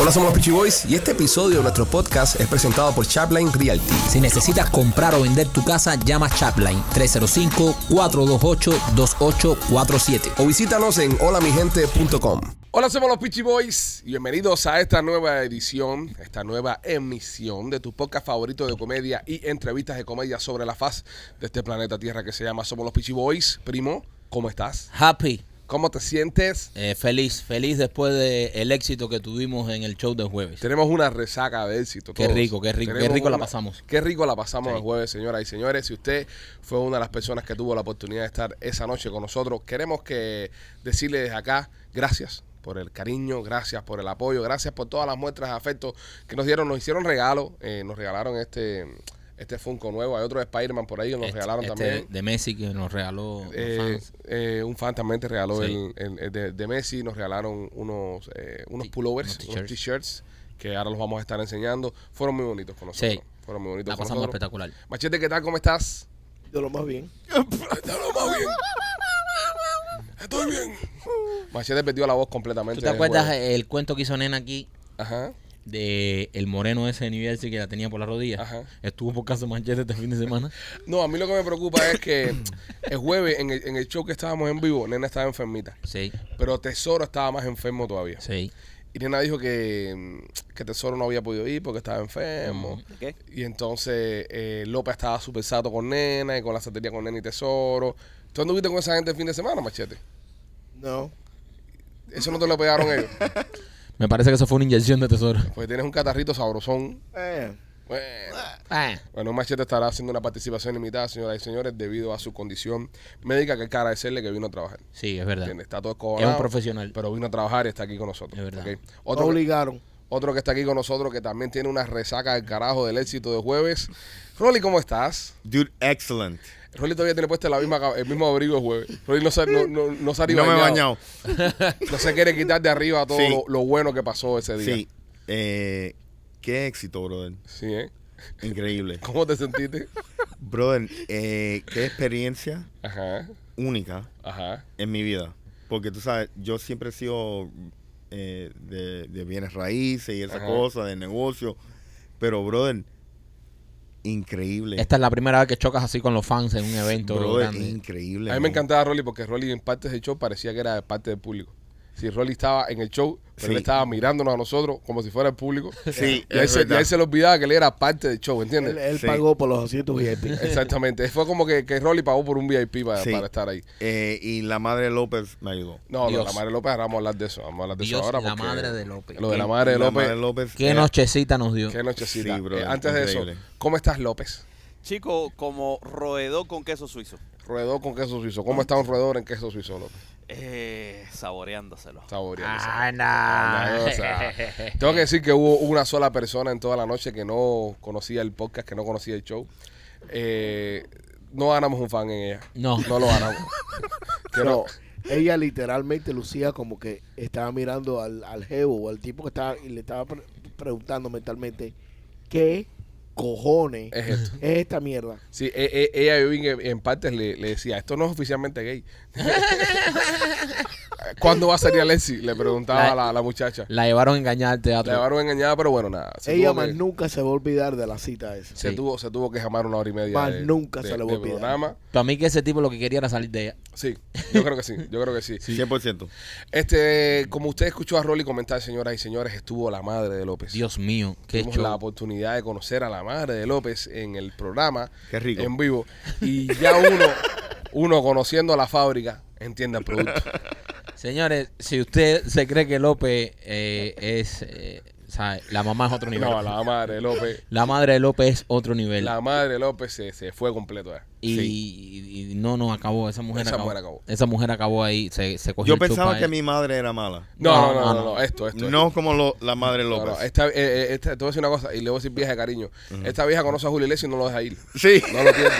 Hola, somos los Peachy Boys y este episodio de nuestro podcast es presentado por Chapline Realty. Si necesitas comprar o vender tu casa, llama Chapline 305-428-2847. O visítanos en holamigente.com. Hola, somos los Peachy Boys y bienvenidos a esta nueva edición, esta nueva emisión de tu podcast favorito de comedia y entrevistas de comedia sobre la faz de este planeta Tierra que se llama Somos los Peachy Boys. Primo, ¿cómo estás? Happy. ¿Cómo te sientes? Eh, feliz, feliz después del éxito que tuvimos en el show de jueves. Tenemos una resaca de éxito. Qué todos. rico, qué rico, qué Tenemos rico la pasamos. Qué rico la pasamos Sí. el jueves, señoras y señores. Si usted fue una de las personas que tuvo la oportunidad de estar esa noche con nosotros, queremos que decirle desde acá gracias por el cariño, gracias por el apoyo, gracias por todas las muestras de afecto que nos dieron, nos hicieron regalo, eh, nos regalaron este este Funko nuevo, hay otro de Spider-Man por ahí que nos Este- regalaron este también. De Messi que nos regaló. los Eh, fans. eh, un fan también te regaló Sí. el, el- el de, de Messi, nos regalaron unos, eh, unos Ti- pullovers, unos unos t-shirts t-shirts. que ahora los vamos a estar enseñando. Fueron muy bonitos con nosotros. Sí. Fueron muy bonitos La con pasamos nosotros. espectacular. Machete, ¿qué tal? ¿Cómo estás? Yo lo más bien. Estoy bien. Machete perdió la voz completamente. ¿Tú te en el acuerdas juego. el cuento que hizo Nena aquí Ajá. de el moreno ese de New Jersey que la tenía por la rodilla? Ajá. Estuvo por casa Manchete este fin de semana. No, a mí lo que me preocupa es que el jueves en el, en el show que estábamos en vivo, Nena estaba enfermita. sí, Pero Tesoro estaba más enfermo todavía. sí. Y Nena dijo que, mm, que Tesoro no había podido ir porque estaba enfermo. ¿Qué? Y entonces eh, López estaba súper sato con Nena y con la satería con Nena y Tesoro. ¿Tú anduviste con esa gente el fin de semana, Machete? No. Eso no te lo pegaron ellos. Me parece que eso fue una inyección de tesoro. Pues tienes un catarrito sabrosón. Eh, Bueno, Ah, bueno, Machete estará haciendo una participación limitada, señoras y señores, debido a su condición médica que hay que agradecerle que vino a trabajar. sí, es verdad. ¿Entiendes? Está todo Es un escojonado, profesional. pero vino a trabajar y está aquí con nosotros. Es verdad. ¿ok? lo Otro, que, obligaron. otro que está aquí con nosotros que también tiene una resaca del carajo del éxito de jueves. Rolly, ¿cómo estás? Dude, excellent. Rolly todavía tiene puesta la misma, cab- el mismo abrigo de jueves. Rolly no se, no, no, no se ha ni No me he bañado. No se quiere quitar de arriba todo Sí. lo, lo bueno que pasó ese día. Sí. Eh, qué éxito, brother. Sí, ¿eh? Increíble. ¿Cómo te sentiste? Brother, eh, qué experiencia Ajá, única ajá. en mi vida. Porque tú sabes, yo siempre he sido eh, de, de bienes raíces y esas Ajá. cosas, de negocio. Pero, brother, increíble. Esta es la primera vez que chocas así con los fans en un evento brother, grande. increíble. A mí me man. encantaba Rolly porque Rolly en partes del show parecía que era de parte del público. Si Rolly estaba en el show, pero Sí. él estaba mirándonos a nosotros como si fuera el público. Sí, Y a él, es se, y a verdad. él se le olvidaba que él era parte del show, Él, ¿entiendes? él Sí. pagó por los asientos VIP. Exactamente. Fue como que, que Rolly pagó por un VIP para, Sí. para estar ahí. Eh, y la madre López me ayudó. No, no, Dios. la madre López, ahora vamos a hablar de eso. Vamos a hablar de Dios, eso ahora. la porque madre de López. Lo de la madre de La López. madre López. Qué era- nochecita nos dio. Qué nochecita. Sí, brother, Eh, antes de eso, increíble. ¿cómo estás, López? Chico, como roedor con queso suizo. Roedor con queso suizo. ¿Cómo está un roedor en queso suizo, López? Eh, saboreándoselo. Saboreando. Ah, saboreando, o sea, Tengo que decir que hubo una sola persona en toda la noche que no conocía el podcast, que no conocía el show. Eh, no ganamos un fan en ella. No. No lo ganamos. Que no. Pero ella literalmente lucía como que estaba mirando al, al jevo o al tipo que estaba y le estaba pre- preguntando mentalmente qué cojones Es esto. es esta mierda. Sí, e- e- ella yo vi que en, partes le, le decía, esto no es oficialmente gay. ¿Cuándo va a salir Alexi? Le preguntaba a la, la muchacha. La llevaron a engañar al La teatro. llevaron engañada, pero bueno, nada. Se ella tuvo más que- nunca se va a olvidar de la cita esa. se, Sí. tuvo, se tuvo que llamar una hora y media. Más de- nunca de- se le va a de olvidar. programa. Para mí que ese tipo lo que quería era salir de ella. Sí, yo creo que sí, yo creo que sí. 100%. Este, como usted escuchó a Rolly comentar, señoras y señores, estuvo la madre de López. Dios mío, qué Tuvimos la show. oportunidad de conocer a la madre de López en el programa Qué rico. en vivo. Y ya uno, uno conociendo la fábrica, entiende el producto. Señores, si usted se cree que López eh, es... eh, sabe, la mamá es otro nivel. No, la madre de López. La madre de López es otro nivel. La madre de López se, se fue completo. eh. y, y- y no, no, acabó. Esa mujer, Esa acabó. mujer acabó. Esa mujer acabó ahí. Se, se cogió Yo el chupa pensaba ahí. que mi madre era mala. No, no, No, no, no, no, no, esto, esto. No como lo- la madre esto. No, López. no, esta, eh, eh, esta- te voy a decir una cosa y le voy a decir vieja de cariño. Esta vieja conoce a Julio Iglesias y no lo deja ir. Sí, No lo pierde.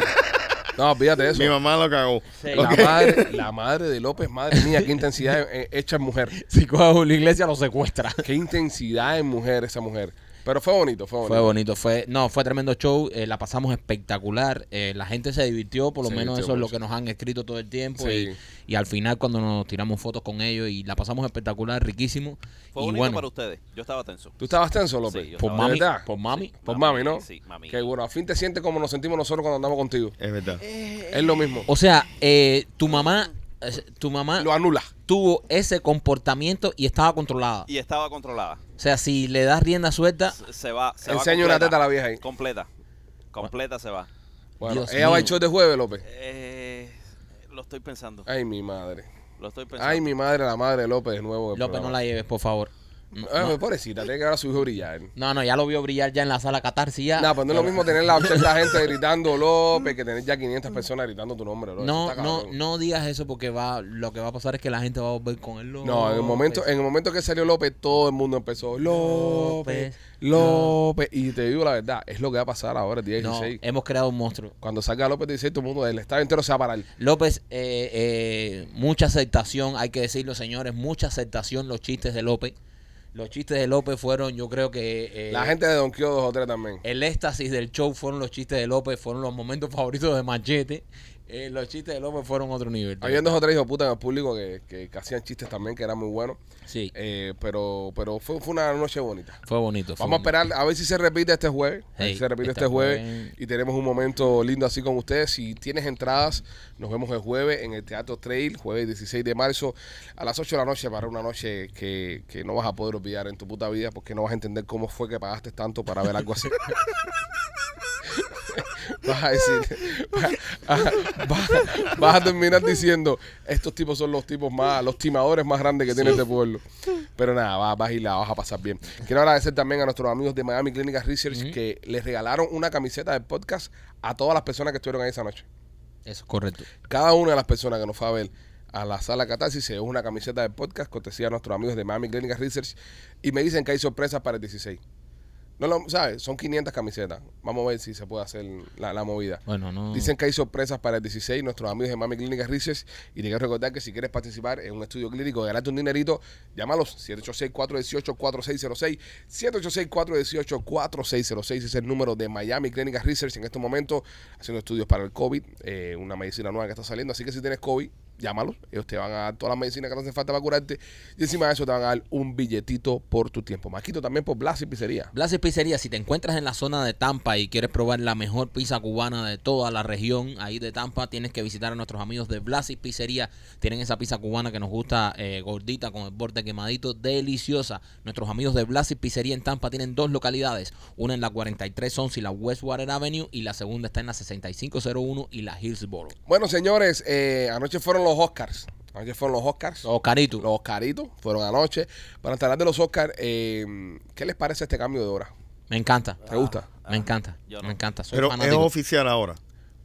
No, fíjate de eso. mi mamá lo cagó. La madre, la madre de López, madre mía, qué intensidad eh, hecha en mujer. Si coge a Julio Iglesias lo secuestra. Qué intensidad en mujer esa mujer. Pero fue bonito, fue bonito. Fue bonito, fue, no, fue tremendo show, eh, la pasamos espectacular, eh, la gente se divirtió, por lo Se menos divirtió eso es lo mucho. que nos han escrito todo el tiempo Sí. y, y al final cuando nos tiramos fotos con ellos y la pasamos espectacular, riquísimo. Fue y bonito bueno, para ustedes. Yo estaba tenso. ¿Tú estabas tenso, López? Sí, yo por estaba- mami, ¿De verdad? por mami, Sí, Por mami, ¿no? Sí, mami. Que bueno, al fin te sientes como nos sentimos nosotros cuando andamos contigo. Es verdad. Es lo mismo. O sea, eh, tu mamá, eh, tu mamá Lo anula. tuvo ese comportamiento y estaba controlada. Y estaba controlada. O sea, si le das rienda suelta, Se se va. Se va Enseña una completa. teta a la vieja ahí. Completa. Completa se va. Bueno, Dios ella va al mío. show de jueves, López. Eh, lo estoy pensando. Ay, mi madre. Lo estoy pensando. Ay, mi madre, la madre de López de nuevo. en el López no programa. la lleves, por favor. No, Ay, no, Pobrecita, tiene que ver a su hijo brillar. no, no, ya lo vio brillar ya en la sala catarsis ya. No, pues no es lo mismo tener la 80 gente gritando López que tener ya 500 personas gritando tu nombre, López. Mm. No, Está no, cabrón. no digas eso porque va, lo que va a pasar es que la gente va a volver con el López. No, en el momento, en el momento que salió López, todo el mundo empezó López, López, López. Y te digo la verdad, es lo que va a pasar ahora el día No, 16. eh. hemos creado un monstruo. Cuando salga López 16, todo el mundo del estadio entero se va a parar. López, eh, eh, mucha aceptación, hay que decirlo, señores, mucha aceptación los chistes de López. Los chistes de López fueron, yo creo que... eh, La gente de Don Quio dos o tres también. El éxtasis del show fueron los chistes de López, fueron los momentos favoritos de Machete. Eh, los chistes de López fueron otro nivel. Habían dos o tres hijos puta en el público que, que, que hacían chistes también, que eran muy buenos. Sí, Eh, pero pero fue, fue una noche bonita. fue bonito. fue Vamos a bonito. esperar a ver si se repite este jueves. a ver Hey, si se repite este este jueves. jueves. Y tenemos un momento lindo así con ustedes. Si tienes entradas, nos vemos el jueves en el Teatro Trail, jueves 16 de marzo a las 8 de la noche para una noche que, que no vas a poder olvidar en tu puta vida porque no vas a entender cómo fue que pagaste tanto para ver algo así. Vas a decir, vas, a- vas- vas a terminar diciendo, estos tipos son los tipos más, los timadores más grandes que tiene este pueblo. Pero nada, vas, vas y la vas a pasar bien. Quiero agradecer también a nuestros amigos de Miami Clinic Research que les regalaron una camiseta de podcast a todas las personas que estuvieron ahí esa noche. Eso es correcto. Cada una de las personas que nos fue a ver a la sala catarsis se llevó una camiseta de podcast cortesía a nuestros amigos de Miami Clinic Research y me dicen que hay sorpresas para el 16. No lo sabes, son 500 camisetas. Vamos a ver si se puede hacer la, la movida. Bueno, no... Dicen que hay sorpresas para el 16, nuestros amigos de Mami Clínica Rices. Y te quiero recordar que si quieres participar en un estudio clínico, ganarte un dinerito, llámalos 786-418-4606. 786-418-4606 es el número de Miami Clinic Research en este momento, haciendo estudios para el COVID, eh, una medicina nueva que está saliendo. Así que si tienes COVID, llámalos. Ellos te van a dar todas las medicinas que te hacen falta para curarte. Y encima de eso te van a dar un billetito por tu tiempo. Maquito también por Blas y Pizzería. Blas y Pizzería, si te encuentras en la zona de Tampa y quieres probar la mejor pizza cubana de toda la región ahí de Tampa, tienes que visitar a nuestros amigos de Blas y Pizzería. Tienen esa pizza cubana que nos gusta eh, gordita con el borde quemadito, deliciosa. Nuestros amigos de Blas y Pizzería en Tampa tienen dos localidades, una en la 4311 y la Westwater Avenue y la segunda está en la 6501 y la Hillsboro. Bueno, señores, eh, anoche fueron los Oscars. Anoche fueron los Oscars. Oh, carito. Los Oscaritos fueron anoche. Para hablar de los Oscars, eh, ¿qué les parece este cambio de hora? Me encanta. ¿Te gusta? Ah, Me encanta. yo no. Me encanta. Soy Pero es fanático. oficial ahora.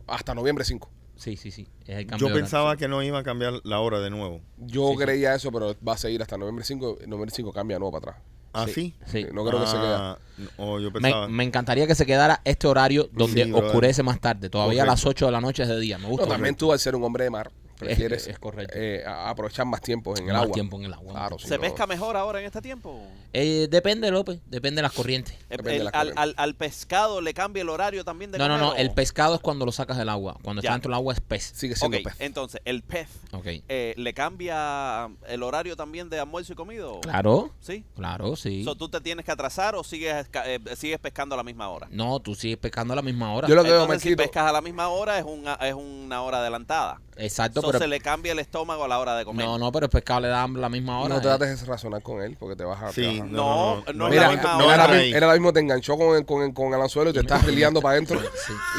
Hasta noviembre 5. Sí, sí, sí. Es el cambio Yo de hora. pensaba que no iba a cambiar la hora de nuevo. Yo Sí, sí. creía eso, pero va a seguir hasta noviembre 5. Noviembre 5 cambia de nuevo para atrás. ¿Así? Sí. No creo que Ah, se quede. O yo Me, pensaba. me encantaría que se quedara este horario donde Sí, brother. oscurece más tarde. Todavía a las Correcto. 8 de la noche es de día. Me gusta. No, también tú, al ser un hombre de mar, prefieres es correcto. eh, a- aprovechar más tiempo en el Más agua. tiempo en el agua. Claro, sí, ¿Se no. pesca mejor ahora en este tiempo? Eh, depende, López. Depende de las corrientes. El- Depende de el- las al, corrientes. al- al pescado le cambia el horario también de No, no, comer, no. o- El pescado es cuando lo sacas del agua. Cuando Ya. está dentro del agua es pez. Sigue Ok, siendo pez. entonces, el pez Ok. eh, le cambia el horario también de almuerzo y comido. o- Claro. ¿Sí? Claro, sí. So, ¿Tú te tienes que atrasar o sigues, esca- eh, sigues pescando a la misma hora? No, tú sigues pescando a la misma hora. Yo lo que veo, Entonces, si Marquito, pescas a la misma hora, es una, es una hora adelantada. Exacto, Entonces pero. le cambia el estómago a la hora de comer. No, no, pero el pescado le da hambre a la misma hora. no eh. trates de razonar con él porque te vas a... Sí, te vas a- no, No, no, no, no, es Mira, la no, misma no, hora. era, no, mismo, era mismo te enganchó con el, con el- con el anzuelo y te estás rileando para adentro.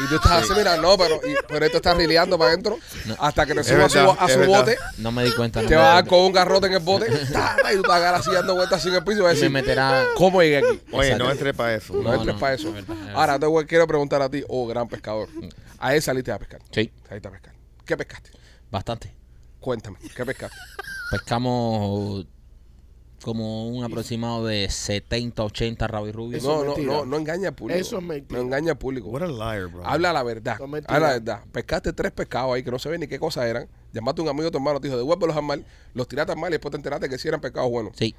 Y tú estás así, mira, no, pero, y- pero esto está rileando para adentro. Hasta que te Es subas a su, verdad, a es su verdad. bote, No me di cuenta. no te me vas a di dar cuenta. con un garrote en el bote. ta, ta, Y tú te vas a quedar así dando vueltas sin el piso. Y vas a Me decir, meterá. ¿cómo llegué aquí? Oye, Exacto. no entré para eso. No, No, entres no, para eso. es verdad, es verdad. Mm. Ahora te voy- quiero preguntar a ti, oh gran pescador. A él saliste a pescar. Sí, Saliste a pescar. ¿Qué pescaste? bastante. Cuéntame, ¿qué pescaste? Pescamos como un aproximado de 70, 80 rabis rubios. Eso No, es no, mentira. no, no engaña al público. Eso es mentira. No engaña al público. What a liar, bro. Habla la verdad. Son mentiras. Habla la verdad. Pescaste tres pescados ahí que no se ve ni qué cosas eran. Llamaste a un amigo de tu hermano, te dijo, devuélvelos al mar, los tiraste al mar y después te enteraste que sí eran pescados buenos. Sí.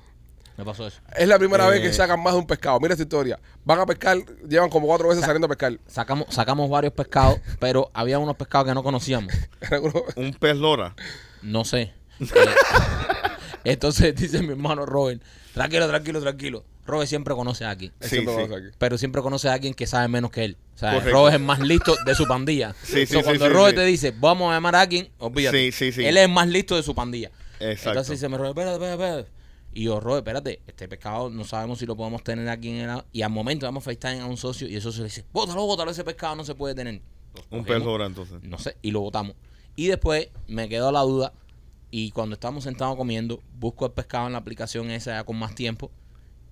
Me pasó eso. Es la primera vez que Eh. sacan más de un pescado. Mira esta historia. Van a pescar, llevan como cuatro veces saliendo a pescar. Sacamos, sacamos varios pescados, pero había unos pescados que no conocíamos. Un pez lora. No sé. Eh, Entonces dice mi hermano Robert, tranquilo, tranquilo, tranquilo. Robert siempre conoce a alguien, Sí, Siempre sí. pasa aquí. pero siempre conoce a alguien que sabe menos que él. O sea, Correcto. Robert es el más listo de su pandilla. Sí, sí, So, sí, cuando sí, Robert sí. te dice, vamos a llamar a alguien, olvídate. Sí, sí, sí. Él es el más listo de su pandilla. Exacto. Entonces dice, me Robert, espérate, espérate, espérate. Y yo, Robert, espérate, este pescado no sabemos si lo podemos tener aquí en el... Y al momento vamos a FaceTime a un socio y el socio le dice, bótalo, bótalo, ese pescado no se puede tener. Los Un cogimos pez lora, entonces. no sé, y lo votamos. Y después me quedó la duda y cuando estamos sentados comiendo, busco el pescado en la aplicación esa ya con más tiempo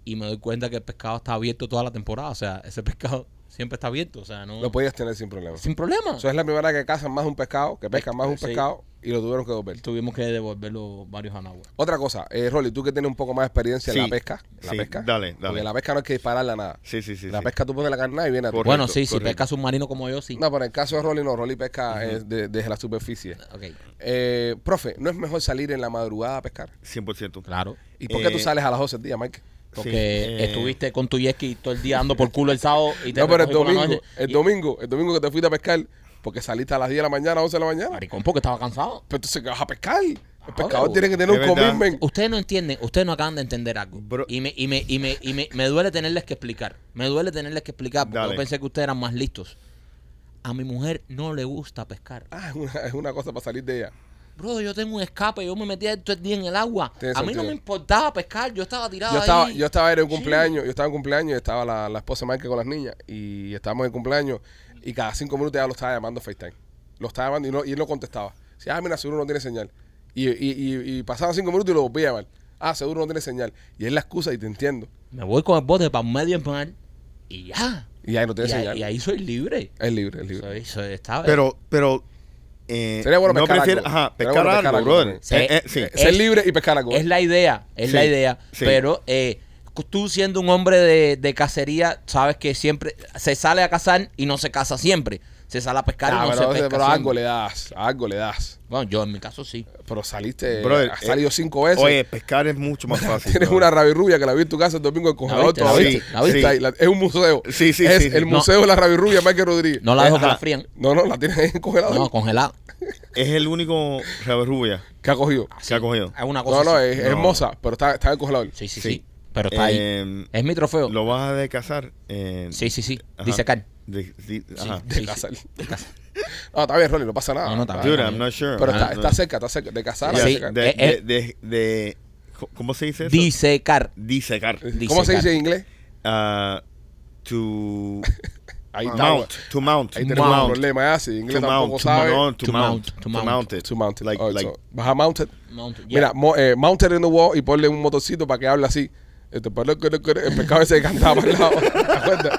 y me doy cuenta que el pescado está abierto toda la temporada, o sea, ese pescado siempre está abierto, o sea, no Lo podías tener sin problema. sin problema. Eso es la primera que cazan más un pescado, que pescan más un Sí. pescado y lo tuvieron que devolver. Tuvimos que devolverlo varios anagua. Otra cosa, eh, Rolly, tú que tienes un poco más de experiencia en Sí. la pesca. La Sí, pesca. dale, dale. Porque la pesca no hay que dispararla a nada. Sí, sí, sí. la sí. pesca tú pones la carnada y viene a ti. Correcto, Bueno, sí, si correcto. pesca submarino como yo, sí. No, pero en el caso de Rolly no, Rolly pesca eh, de- desde la superficie. Ok, Eh, profe, ¿no es mejor salir en la madrugada a pescar? 100%. claro. ¿Y por qué tú Eh, sales a las 12 del día, Mike? Porque Sí, eh, estuviste con tu jet ski todo el día dando por culo el sábado y te No, pero el recogí por la domingo, noche. el Y- domingo, el domingo que te fuiste a pescar, porque saliste a las 10 de la mañana, 11 de la mañana. Maricón, porque estaba cansado. Pero entonces, ¿qué vas a pescar? El pero- pescador tiene que tener Es un verdad. commitment. Ustedes no entienden, ustedes no acaban de entender algo. Bro- Y, me, y, me, y, me, y me, me duele tenerles que explicar. Me duele tenerles que explicar porque Dale. yo pensé que ustedes eran más listos. A mi mujer no le gusta pescar. Ah, es una, es una cosa para salir de ella. Bro, yo tengo un escape, yo me metía todo el día en el agua. Tiene a mí sentido. no me importaba pescar, yo estaba tirado Yo estaba, ahí. yo estaba en el Sí. cumpleaños, yo estaba en cumpleaños, y estaba la, la esposa de Mike con las niñas y estábamos en cumpleaños y cada cinco minutos ya lo estaba llamando FaceTime. Lo estaba llamando y, no- y él no contestaba. Decía, ah, mira, seguro no tiene señal. Y, y, y- y pasaban cinco minutos y lo volvía a llamar. Ah, seguro no tiene señal. Y es la excusa y te entiendo. Me voy con el bote para medio mar y ya. Y ahí no tiene Y, ahí- señal. y ahí soy libre. Es libre, es libre. Ah, Soy- soy- estaba- Pero, pero. eh, Sería bueno no pescar prefiero- algo. Ajá, Sería pescar bueno pescar algo, algo brother. también. Sí. Eh, eh, sí. Eh, Ser es- libre y pescar algo. ¿eh? Es la idea, es Sí, la idea. sí. Pero eh, tú siendo un hombre de, de cacería, sabes que siempre se sale a cazar y no se caza siempre. Se sale a pescar Ah, y no pero, se pesca pero siempre. algo le das, algo le das. Bueno, yo en mi caso sí. Pero saliste, Brother, has salido eh, cinco veces. Oye, pescar es mucho más fácil. Tienes brother. una rabirrubia que la vi en tu casa el domingo en el congelador viste, la todavía. viste, la Sí, viste. está ahí, la- es un museo. Sí, sí, es sí, sí. el No. museo de la rabirrubia Michael Rodríguez. No. No la dejo que Ajá. la frían. no, la tienes ahí en el congelador. No, congelada. Es el único rubia ¿Qué ha cogido? que ha cogido. Es una No, cosa no, eh, así. es es hermosa, pero está, está en el congelador. Sí, sí, sí, sí. Pero está ahí. Em, Eh, Es mi trofeo. Lo vas a de cazar. eh, Sí, sí, sí. ajá. Dice Carl. De- di- ajá. De Sí, sí. cazar. No, está bien, Rolly, no pasa nada. No, no, está bien. Dude, I'm not sure. Pero está, Ah, está no. cerca, está cerca. De cazar. a Sí. secar. De, Eh, de, de- de- ¿Cómo se dice eso? Dice Carl. Disecar. ¿Cómo se disecar. dice en inglés? Ah, to Ahí está. mount. To mount. Ahí to tenemos un mount. problema ya. Si en To inglés tampoco mount. To sabe. mount. To To mount, mount. to To mount. mount. it. To mounted. Like, Oh, like, so, baja mounted. Mountain, yeah. Mira, mo- eh, mounted in the wall y ponle un motorcito para que hable así. Este, pero- pero- pero- el pescado ese que cantaba al lado. ¿Te acuerdas?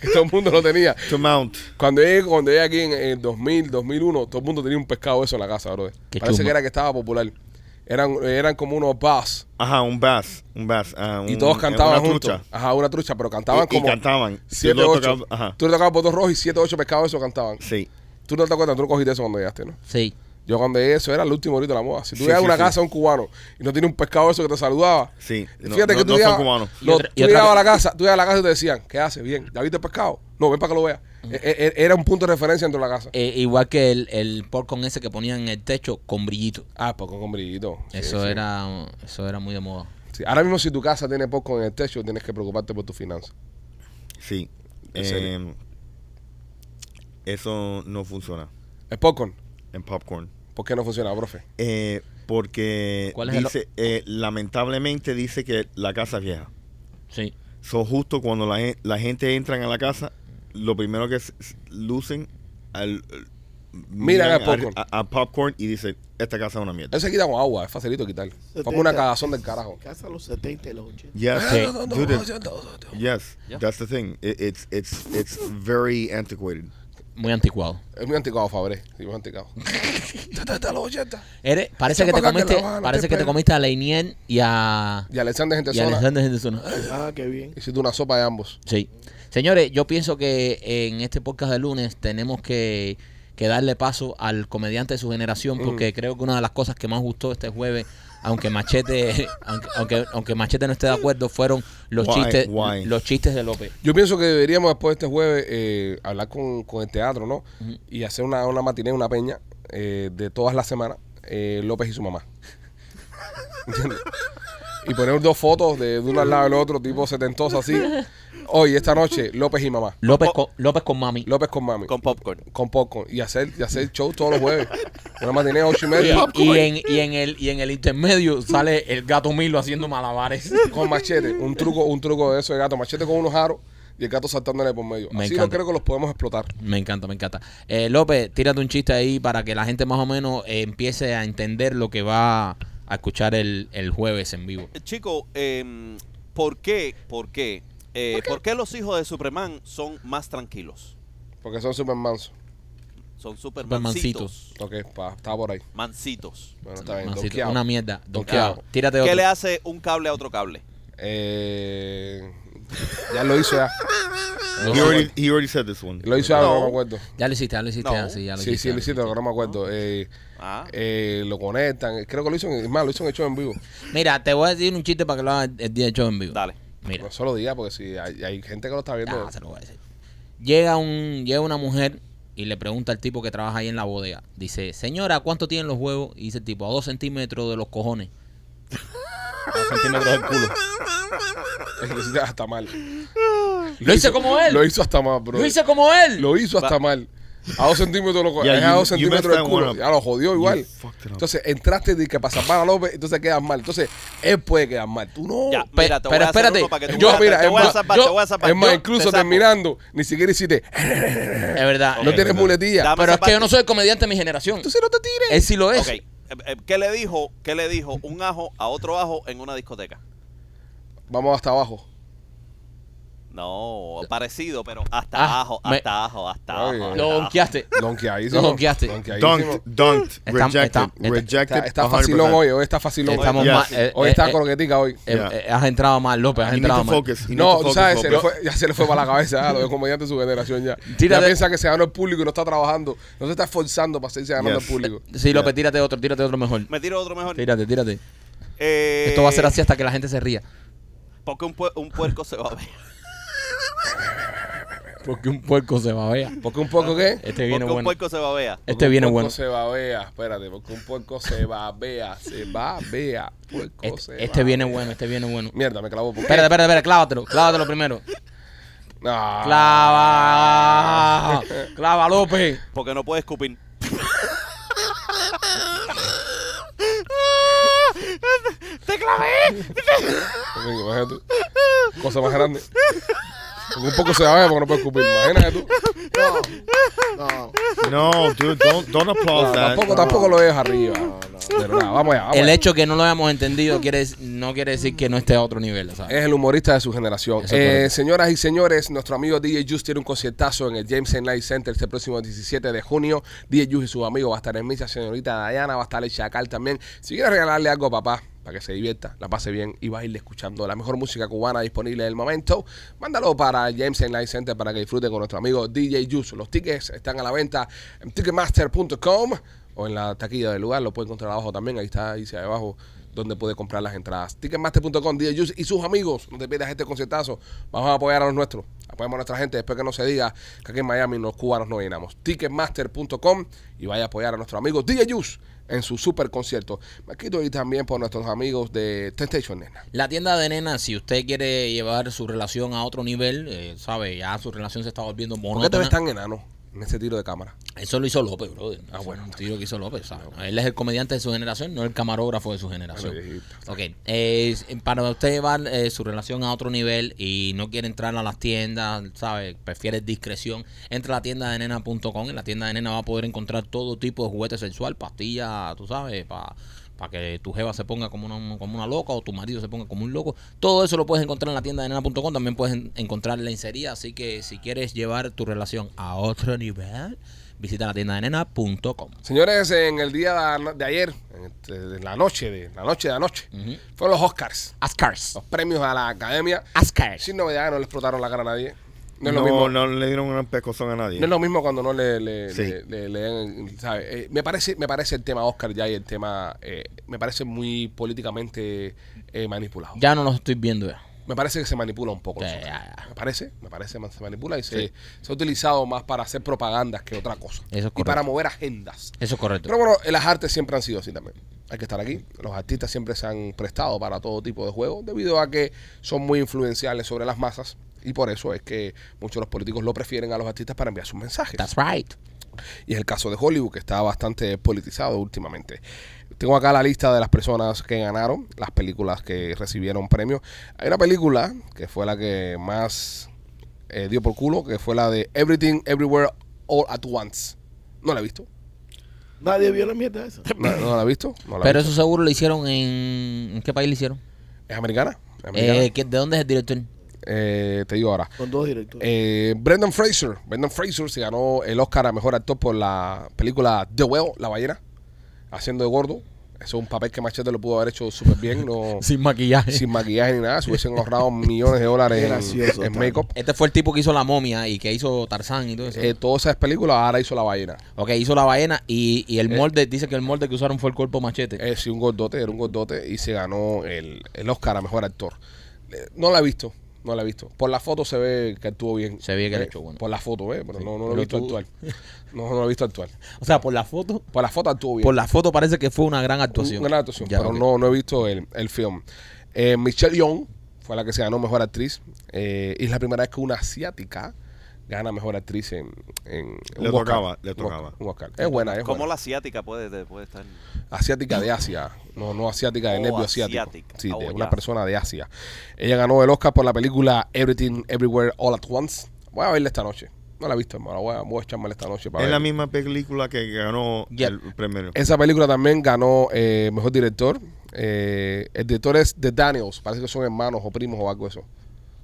Que todo el mundo lo tenía. to mount. Cuando llegué, cuando llegué aquí en el 2000, 2001, todo el mundo tenía un pescado eso en la casa, bro. Qué Parece chuma. que era que estaba popular. Eran, eran como unos bass Ajá, un bass. Un bass. ah, y un- todos cantaban una juntos. trucha. Ajá, una trucha, pero cantaban Y- y como. cantaban. Tú 7, lo 8. tocabas- ajá. Tú le tocabas botón rojo y 7, 8 pescados eso cantaban. Sí. Tú no te acuerdas, tú no cogiste eso cuando llegaste, ¿no? Sí. Yo cuando llegué, eso era el último grito de la moda. Si tú Sí, ibas a sí, una sí. casa a un cubano y no tiene un pescado eso que te saludaba. Sí. No- Fíjate que no- tú no son llegabas- cubanos. no, Y otra- y tú otra llegabas a vez- la casa, tú llegabas a la casa y te decían, ¿qué haces? Bien, ¿ya viste el pescado? No, ven para que lo veas. Mm. E- e- e- Era un punto de referencia dentro de la casa. Eh, igual que el, el con ese que ponían en el techo con brillito. Ah, poco con brillito. Sí, Eso sí. era eso era muy de moda. Sí, Ahora mismo si tu casa tiene poco en el techo, tienes que preocuparte por tus finanzas. Sí. En serio. Eh, eso no funciona El popcorn, en popcorn. ¿por qué no funciona, profe? Eh, porque ¿Cuál es el o- dice, eh, lamentablemente dice que la casa es vieja. Sí. So, justo cuando la, gen- la gente entra a la casa, lo primero que s- s- lucen al al- Miran al al- popcorn. a- a popcorn y dice, esta casa es una mierda. Eso se quita con agua, es facilito quitar. Fue como 70. una cagazón del carajo. Casa los 70 y los 80. Yes, Ah, Sí. dude, it- yes, that's the thing. It- it's it's it's very antiquated. Muy anticuado. Es muy anticuado, Fabre. Sí, muy anticuado. Está hasta los 80. Eres- parece que Echa te pa' acá que comiste, la van a parece que te tener. comiste a Leinier y a, Y Alexander gente y a sola. Alexander Henderson. Ah, qué bien. Hiciste una sopa de ambos. Sí. Señores, yo pienso que en este podcast de lunes tenemos que, Mm. que darle paso al comediante de su generación porque creo que una de las cosas que más gustó este jueves aunque Machete, aunque, aunque, aunque Machete no esté de acuerdo, fueron los Why, chistes, why? los chistes de López. Yo pienso que deberíamos después de este jueves eh, hablar con, con el teatro, ¿no? Y hacer una, una matiné, una peña eh, de todas las semanas, eh, López y su mamá. ¿Entiendes? Y poner dos fotos de, de uno al lado del otro, tipo setentoso así. Hoy, esta noche, López y mamá. López con, López con mami. López con mami. con popcorn. Con popcorn. Y hacer, y hacer show todos los jueves. Una matiné a ocho y Y, media. y en, y, en el, y en el intermedio sale el gato Milo haciendo malabares. con machete. Un truco, un truco de eso de gato. Machete con unos aros y el gato saltándole por medio. Me así encanta. yo creo que los podemos explotar. Me encanta, me encanta. Eh, López, tírate un chiste ahí para que la gente más o menos eh, empiece a entender lo que va a escuchar el, el jueves en vivo. Eh, Chico, eh, ¿por qué, por qué, eh, por qué los hijos de Superman son más tranquilos? Porque son super mansos. Son supermancitos. Ok, pa, estaba por ahí. Mancitos. Bueno, está bien. Mancito, donkeado. una mierda. Donkeado. Donkeado. Tírate otro. ¿Qué le hace un cable a otro cable? Eh, ya lo hizo ya. He already, he already said this one. Lo hizo ya, pero no me acuerdo. Ya lo hiciste, ya lo hiciste. No. ah, sí, ya lo Sí, hiciste, sí, ya lo hiciste, pero no me acuerdo. Eh, Ah. eh, lo conectan. Creo que lo hizo en, es más, lo hizo en el show en vivo. Mira, te voy a decir un chiste para que lo hagas el día de show en vivo. Dale. Mira. No solo diga, porque si hay, hay gente que lo está viendo. Ah, se lo voy a decir. Llega, un, llega una mujer y le pregunta al tipo que trabaja ahí en la bodega. Dice, señora, ¿cuánto tienen los huevos? Y dice el tipo, a dos centímetros de los cojones. dos centímetros del culo. Lo hiciste hasta mal. Lo hice como él. Lo hizo hasta mal, bro. Lo hice como él. Lo hizo hasta Va- mal. A dos centímetros lo co- Yeah, es a you- dos you centímetros messed del that culo. one up. Ya lo jodió igual. fucked it up. Entonces entraste de que para salvar a López, entonces quedas mal. Entonces él puede quedar mal. Tú no. Ya, uh, Pe- mira, te pero voy a hacer espérate. uno para que tú Yo, veas. mira, te es voy a más, zapar, yo- te voy a zapar. Es más, Yo te incluso saco. terminando, ni siquiera hiciste. "Eh, Es verdad. No tienes verdad. muletilla. Dame Pero esa es que yo parte. no soy comediante de mi generación. Entonces no te tires. Él sí lo es. Ok, eh, eh, ¿Qué le dijo? ¿Qué le dijo un ajo a otro ajo en una discoteca? Vamos hasta abajo. No, parecido, pero hasta Ah, abajo, me- hasta abajo, hasta Ay, abajo. Lo hasta abajo. donkeaste. Donkeadísimo. Lo donkeaste. Donkeadísimo. Este Dunked, dunked, Está- rejected, está- está- rejected. Está, está 100%. facilón hoy, hoy está facilón. Estamos Yes. mal. eh, hoy eh, está eh, croquetica hoy. eh, Yeah. eh, has entrado mal, López. Has You need entrado to mal. focus. you need No, to tú focus, sabes, se le López. fue- ya se le fue para la cabeza a los comediantes de su generación ya. Ya Tírate- piensa que se ganó el público y no está trabajando. No se está esforzando para seguirse ganando Yes. el público. Sí, López, tírate otro, tírate otro mejor. Me tiro otro mejor. Tírate, tírate. Eh, Esto va a ser así hasta que la gente se ría. Porque un, pue- un puerco se va a ver. Porque un puerco se babea. Porque un poco qué? Este Porque viene un bueno. puerco se va a ver. Porque Este un viene puerco bueno. se babea, espérate, porque un puerco se babea, se babea, puerco se Este, este babea. viene bueno, este viene bueno. Mierda, me clavó. ¿por qué? Espérate, espérate, espérate, clávatelo, clávatelo primero. Ah. Clava, clava López. Porque no puede escupir. Amigo, imagínate tú. Cosa más grande. Porque un poco se va a ver porque no puede escupir. Imagínate tú. No, no. No, dude, don't, don't applaud No, that. tampoco, tampoco lo dejes arriba. Pero nada, vamos allá. vamos El allá. hecho que no lo hayamos entendido quiere, dec- no quiere decir que no esté a otro nivel, ¿sabes? Es el humorista de su generación. Eso es Eh, correcto. señoras y señores, nuestro amigo DJ Just tiene un conciertazo en el James Light Center este próximo 17 de junio. DJ Just y sus amigos va a estar en misa, señorita Diana, va a estar el Chacal también. Si quieres regalarle algo a papá para que se divierta, la pase bien y baile escuchando la mejor música cubana disponible en el momento, mándalo para el James Light Center para que disfrute con nuestro amigo DJ Just. Los tickets están a la venta en ticketmaster.com o en la taquilla del lugar, lo puede encontrar abajo también, ahí está, dice abajo donde puede comprar las entradas. Ticketmaster.com, DJ Juice y sus amigos. No te pierdas este conciertazo. Vamos a apoyar a los nuestros. Apoyamos a nuestra gente. Después que no se diga que aquí en Miami los cubanos no llenamos. Ticketmaster.com y vaya a apoyar a nuestro amigo DJ Juice en su super concierto. Me quito y también por nuestros amigos de Temptation, nena. La tienda de nena, si usted quiere llevar su relación a otro nivel, eh, sabe, ya su relación se está volviendo ¿Por qué te monótona. ves tan enano en este tiro de cámara? Eso lo hizo López, brother. Ah, Eso bueno, es Un tiro que hizo López, ¿sabes? Él es el comediante de su generación, no el camarógrafo de su generación. Bueno, viejito. Ok. eh, para usted llevar eh, su relación a otro nivel y no quiere entrar a las tiendas, ¿sabe? Prefiere discreción. Entra a la tienda de nena.com. En la tienda de nena va a poder encontrar todo tipo de juguete sexual, pastillas, tú sabes, para que tu jeva se ponga como una, como una loca o tu marido se ponga como un loco. Todo eso lo puedes encontrar en la tienda de nena.com. También puedes en- encontrar lencería. Así que si quieres llevar tu relación a otro nivel, visita la tienda de nena.com. Señores, en el día de ayer, en este- de la noche de la noche de anoche, fueron los Oscars, Ascars. Oh. los premios a la academia. Ascars. Sin novedades, no le explotaron la cara a nadie. No No, es lo no, mismo. le dieron un pescozón a nadie. No es lo mismo cuando no le, le, Sí. le- le- le dan, ¿sabes? Eh, me, parece, me parece el tema Oscar ya y el tema, eh, me parece muy políticamente eh, manipulado. Ya no los estoy viendo ya. Me parece que se manipula un poco. Ya, los Oscar. ya, ya. Me parece, me parece, man- se manipula y se, se ha utilizado más para hacer propagandas que otra cosa. Eso es y correcto. para mover agendas. Eso es correcto. Pero bueno, las artes siempre han sido así también. Hay que estar aquí. Los artistas siempre se han prestado para todo tipo de juegos debido a que son muy influenciales sobre las masas y por eso es que muchos de los políticos lo prefieren a los artistas para enviar sus mensajes. That's right. Y es el caso de Hollywood, que está bastante politizado últimamente. Tengo acá la lista de las personas que ganaron, las películas que recibieron premios. Hay una película que fue la que más eh, dio por culo, que fue la de Everything, Everywhere, All at Once. No la he visto. Nadie vio la mierda esa. No, no la he visto. No la he Pero visto. eso seguro lo hicieron en... ¿En qué país lo hicieron? ¿Es americana? ¿Es americana? Eh, ¿qué- ¿De dónde es el director? Eh, te digo ahora. Con dos directores. Eh, Brendan Fraser. Brendan Fraser se ganó el Oscar a mejor actor por la película The Whale, La Ballena, haciendo de gordo. Eso es un papel que Machete lo pudo haber hecho súper bien, no, Sin maquillaje. sin maquillaje ni nada. Se hubiesen ahorrado millones de dólares en- Gracioso, en, tal. make-up. Este fue el tipo que hizo La Momia y que hizo Tarzán y todo eso. Eh, todas esas películas ahora hizo La Ballena. ok, hizo La Ballena y, y el molde, dice que el molde que usaron fue el cuerpo machete. Eh, sí, un gordote, era un gordote y se ganó el, el Oscar a mejor actor. Eh, no la he visto, no la he visto. Por la foto se ve que actuó bien. Se ve que le Eh, echó bueno. Por la foto, ¿eh? Pero no, no lo he visto pero tú- actual. No, no lo he visto actual. o sea, por la foto, Por la foto actuó bien. por la foto parece que fue una gran actuación. Una gran actuación, Ya, pero ok. no, no he visto el, el film. Eh, Michelle Young fue la que se ganó mejor actriz. eh, y es la primera vez que una asiática gana mejor actriz en. en Le un Oscar. tocaba, le Un tocaba. Oscar, un Oscar. Es buena, es ¿Cómo buena. la asiática puede, de- puede estar? Asiática de Asia. No, no asiática de Oh, nervio asiático. asiática. Sí, de Oh, una ya. persona de Asia. Ella ganó el Oscar por la película Everything, Everywhere, All at Once. Voy a verla esta noche. No la he visto, hermano. Voy a, voy a echármela esta noche para Es verla. la misma película que ganó Ya. el premio. Esa película también ganó eh, mejor director. Eh, el director es The Daniels. Parece que son hermanos o primos o algo de eso.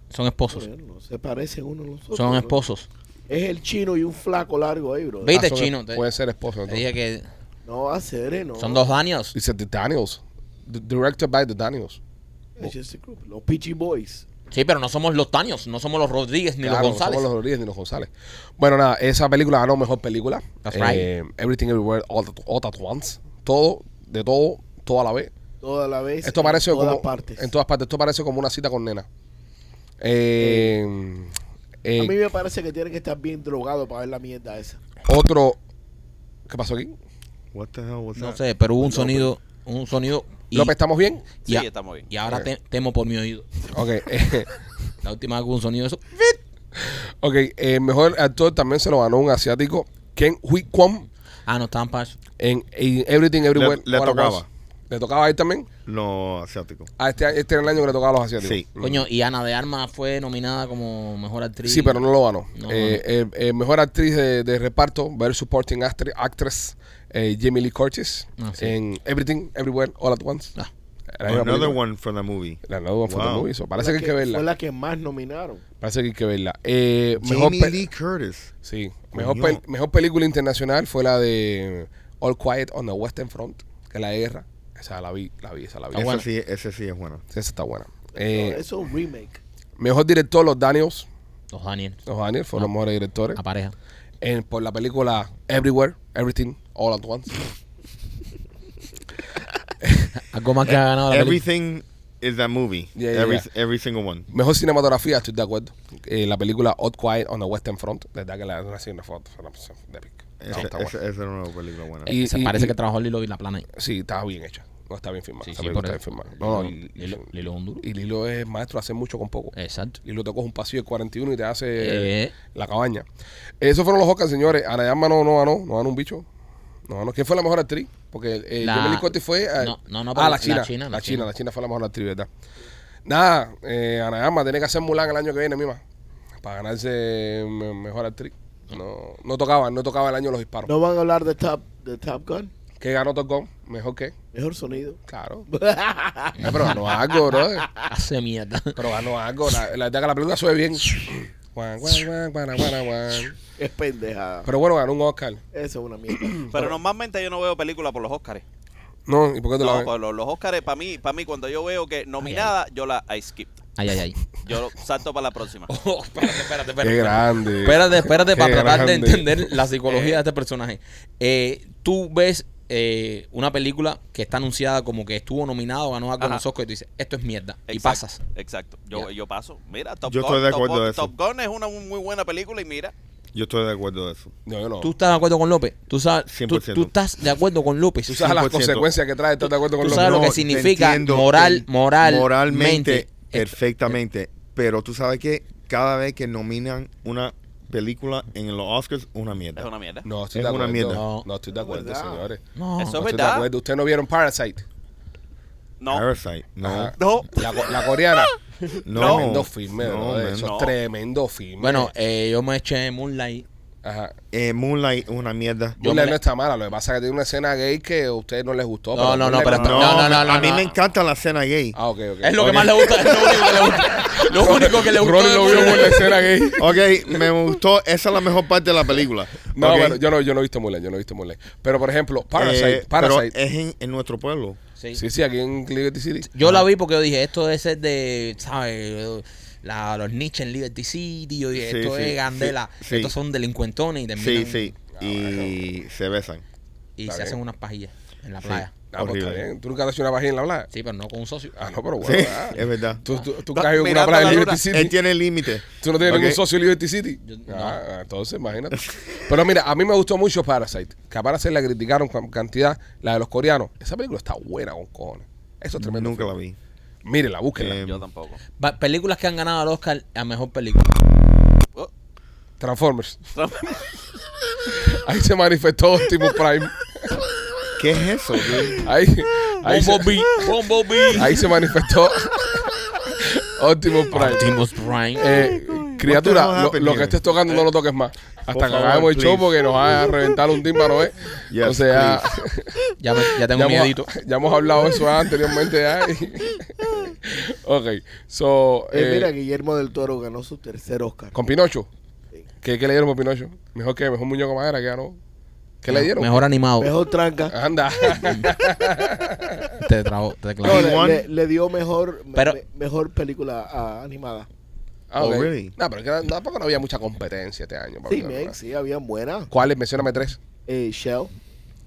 Son esposos. Bueno, no se parecen uno a los otros. Son bro. esposos. Es el chino y un flaco largo ahí, bro. ¿Viste, Ah, son- chino? Te- Pueden ser esposos. Te entonces. dije que No va a ser, ¿eh? No. son dos Daniels. Dice The Daniels. D- directed by The Daniels. Es Jesse Cruz, Los Peachy Boys. Sí, pero no somos los Daniels, no somos los Rodríguez ni Claro, los González. No somos los Rodríguez ni los González. Bueno, nada, esa película ganó mejor película. That's Eh, Everything Everywhere all, at- all at Once. Todo, de todo, toda la vez. Toda la vez. Esto parece en todas como. partes. En todas partes. Esto parece como una cita con nena. Eh, eh, a mí me parece que tiene que estar bien drogado para ver la mierda esa. otro. ¿Qué pasó aquí? What the hell was No that? sé, pero hubo un sonido, un sonido y, López, ¿estamos bien? y, Sí, a- estamos bien. y ahora te- temo por mi oído. Ok. eh, La última vez que hubo un sonido de eso. ok, eh, mejor actor también se lo ganó un asiático, Ken Hui Kwon, Ah, no estaban para eso. en, en Everything Everywhere. Le- le All at tocaba. Once. ¿Le tocaba a él también? Lo asiático. Ah, este, este era el año que le tocaba a los asiáticos. Sí. Mm. Coño, y Ana de Armas fue nominada como mejor actriz. Sí, pero no lo ganó. No, Eh, eh, eh, mejor actriz de, de reparto, Better Supporting Actri- Actress, eh, Jamie Lee Curtis, Ah, sí. en Everything, Everywhere, All at Once. Ah. La misma Another película. one from the movie. La nueva fue Wow. muy eso. Parece que Fue hay la que verla. Fue la que más nominaron. Parece que hay que verla. Eh, mejor Jamie pe- Lee Curtis. Sí. Mejor, Coño. pel- mejor película internacional fue la de All Quiet on the Western Front, que es la guerra. Esa la vi, la vi, esa la vi. Esa Esa, sí, ese sí es bueno. esa está buena. Eh, No, eso es un remake. mejor director, los Daniels. Los Daniels. Los Daniels fueron Ah. los mejores directores. La pareja. En- por la película Everywhere, Everything, All at Once. Algo más que ha ganado la película. Everything is that movie. Ah, Yeah, yeah, every, yeah. every single one. Mejor cinematografía, estoy de acuerdo. Eh, la película All Quiet on the Western Front. La verdad que la una cinematografía de pic. No, Ese- está ese- buena. esa era una película buena. y- Ese y- parece y- que trabajó Lilo y la plana ahí. Sí, estaba bien hecha. No está bien filmada. Sí, esa sí, película por está bien eso. filmada. No, no, y- Lilo, Lilo es un duro. y Lilo es maestro, hace mucho con poco. Exacto. Y lo tocas un pasillo de 41 y te hace Eh, la cabaña. Esos fueron los Oscars, señores. Ana de Armas no, no ganó, no ganó un bicho. No ganó. ¿Quién fue la mejor actriz? Porque eh, La- Jamie Lee Curtis fue. eh, No, no, no, ah, pero la la China. La China, China, la la China, China. fue la mejor actriz, ¿verdad? Nada, eh, Ana de Armas tiene que hacer Mulan el año que viene, mima. Para ganarse me- mejor actriz. No, no tocaba, no tocaba el año de los disparos. No van a hablar de Top, de top Gun. ¿Qué ganó Top Gun? Mejor que. Mejor sonido. Claro. Eh, pero ganó algo, brother. hace mierda. Pero ganó algo. La, la verdad que la película sube bien. Guan, guan, guan, guan, guan, guan. Es pendejada. Pero bueno, ganó un Oscar. Eso es una mierda. Eh, Pero normalmente yo no veo películas por los Óscares. No, ¿y por qué te la No, ves? pues, los, los Oscars, para mí, para mí, cuando yo veo que nominada, yo la I skip. Ay, ay, ay. Yo lo- salto para la próxima. Oh, espérate, espérate, espérate. Qué grande. Espérate, espérate, Qué para tratar de grande. entender la psicología de este personaje. Eh, tú ves eh, una película que está anunciada como que estuvo nominado, ganó algo en Ajá. los Oscars y tú dices, esto es mierda. Y Exacto, pasas. Exacto. Yo, Ya. yo paso. Mira, Top Yo Gun. estoy de Top acuerdo Gun- de eso. Top Gun es una muy buena película y mira. Yo estoy de acuerdo de eso. No, yo no. ¿Tú estás de acuerdo con López? ¿Tú, sabes, tú, 100%. tú estás de acuerdo con López? Tú sabes las 100%. consecuencias que trae, ¿estás de acuerdo con tú lo sabes lo no, que te significa entiendo, moral- te- moral- mente. moralmente, perfectamente. Pero tú sabes que cada vez que nominan una película en los Oscars, una mierda. Es una mierda. No, estoy Es de una acuerdo. mierda. No, no estoy de acuerdo, ¿Verdad? señores. No. No Eso- es estoy de verdad. acuerdo. Ustedes no vieron Parasite. No. Parasite, no, Ajá. No. La, co- la coreana. no, Tremendo filme, no, bro. man. Eso No. es tremendo filme. Bueno, eh, yo me eché Moonlight. Ajá. Eh, Moonlight, una mierda. Yo Moonlight me- no está mala, lo que pasa es que tiene una escena gay que a ustedes no les gustó. No, no, no, Moonlight pero está- está- no, no, no, a no, mí no. me encanta la escena gay. Ah, ok, ok. Es lo que Ok. más le gusta. es lo único que le gusta. Lo único que le gustó. Ronnie de lo vio Moonlight. por la escena gay. Ok, me gustó. Esa es la mejor parte de la película. No, Ok. bueno, yo no, yo no he visto Moonlight, yo no he visto Moonlight. Pero, por ejemplo, Parasite, Eh, Parasite. Pero es en, en nuestro pueblo. Sí. sí, sí, aquí en Liberty City. Yo la vi porque yo dije, esto debe ser de, ¿sabes? La, los Nietzsche en Liberty City, yo dije, Sí, esto sí, es Gandela, sí, sí. estos son delincuentones y terminan Sí, sí. Ah, Y se besan. y Está se bien. hacen unas pajillas en la playa. Ah, pues está horrible. bien. ¿Tú nunca te has hecho una vagina en la playa? Sí, pero no con un socio. Ah, no, pero Sí, Eh, bueno. ah. es verdad. Tú, tú, tú Va- caes en una mirando playa la en luna. Liberty City. Él tiene límite. Tú no tienes Ok. ningún socio en Liberty City. Yo- no. Ah, entonces, imagínate. Pero mira, a mí me gustó mucho Parasite. Que a Parasite la criticaron con cantidad, la de los coreanos. Esa película está buena con cojones. Eso es tremendo. Nunca la film. vi. Mírela, búsquela. Eh, Yo tampoco. Va- Ah, películas que han ganado al Oscar a mejor película. Oh. Transformers. Ahí se manifestó Optimus Prime. ¿Qué es eso? dude? Ahí, ahí, se, Bumblebee, Bumblebee. ahí se manifestó Optimus Prime. Optimus Prime. Eh, What the criatura, hell lo, happened lo que here? estés tocando no lo toques más. Hasta que Eh, favor, hagamos el show please. porque nos va a reventar un tímpano, ¿eh? Yes, o sea, ya, me- ya tengo ya, miedito. hemos, ya hemos hablado de eso anteriormente. ya, y- ok, so. Eh, eh, mira, Guillermo del Toro ganó su tercer Oscar. con Pinocho. Sí. ¿Qué, qué le dieron por Pinocho? Mejor que mejor muñeco de madera que ganó. ¿Qué le dieron? Mejor animado. Mejor tranca. Anda. Te trabo, te No, clavo. He le, won. le- le dio mejor, me- Pero- me- mejor película ah, animada. Ah, Oh, ok. really? No, pero que era- tampoco no había mucha competencia este año. para Sí, hablar, men, ¿verdad? sí, habían buenas. ¿Cuáles? Mencióname tres. Eh, Shell.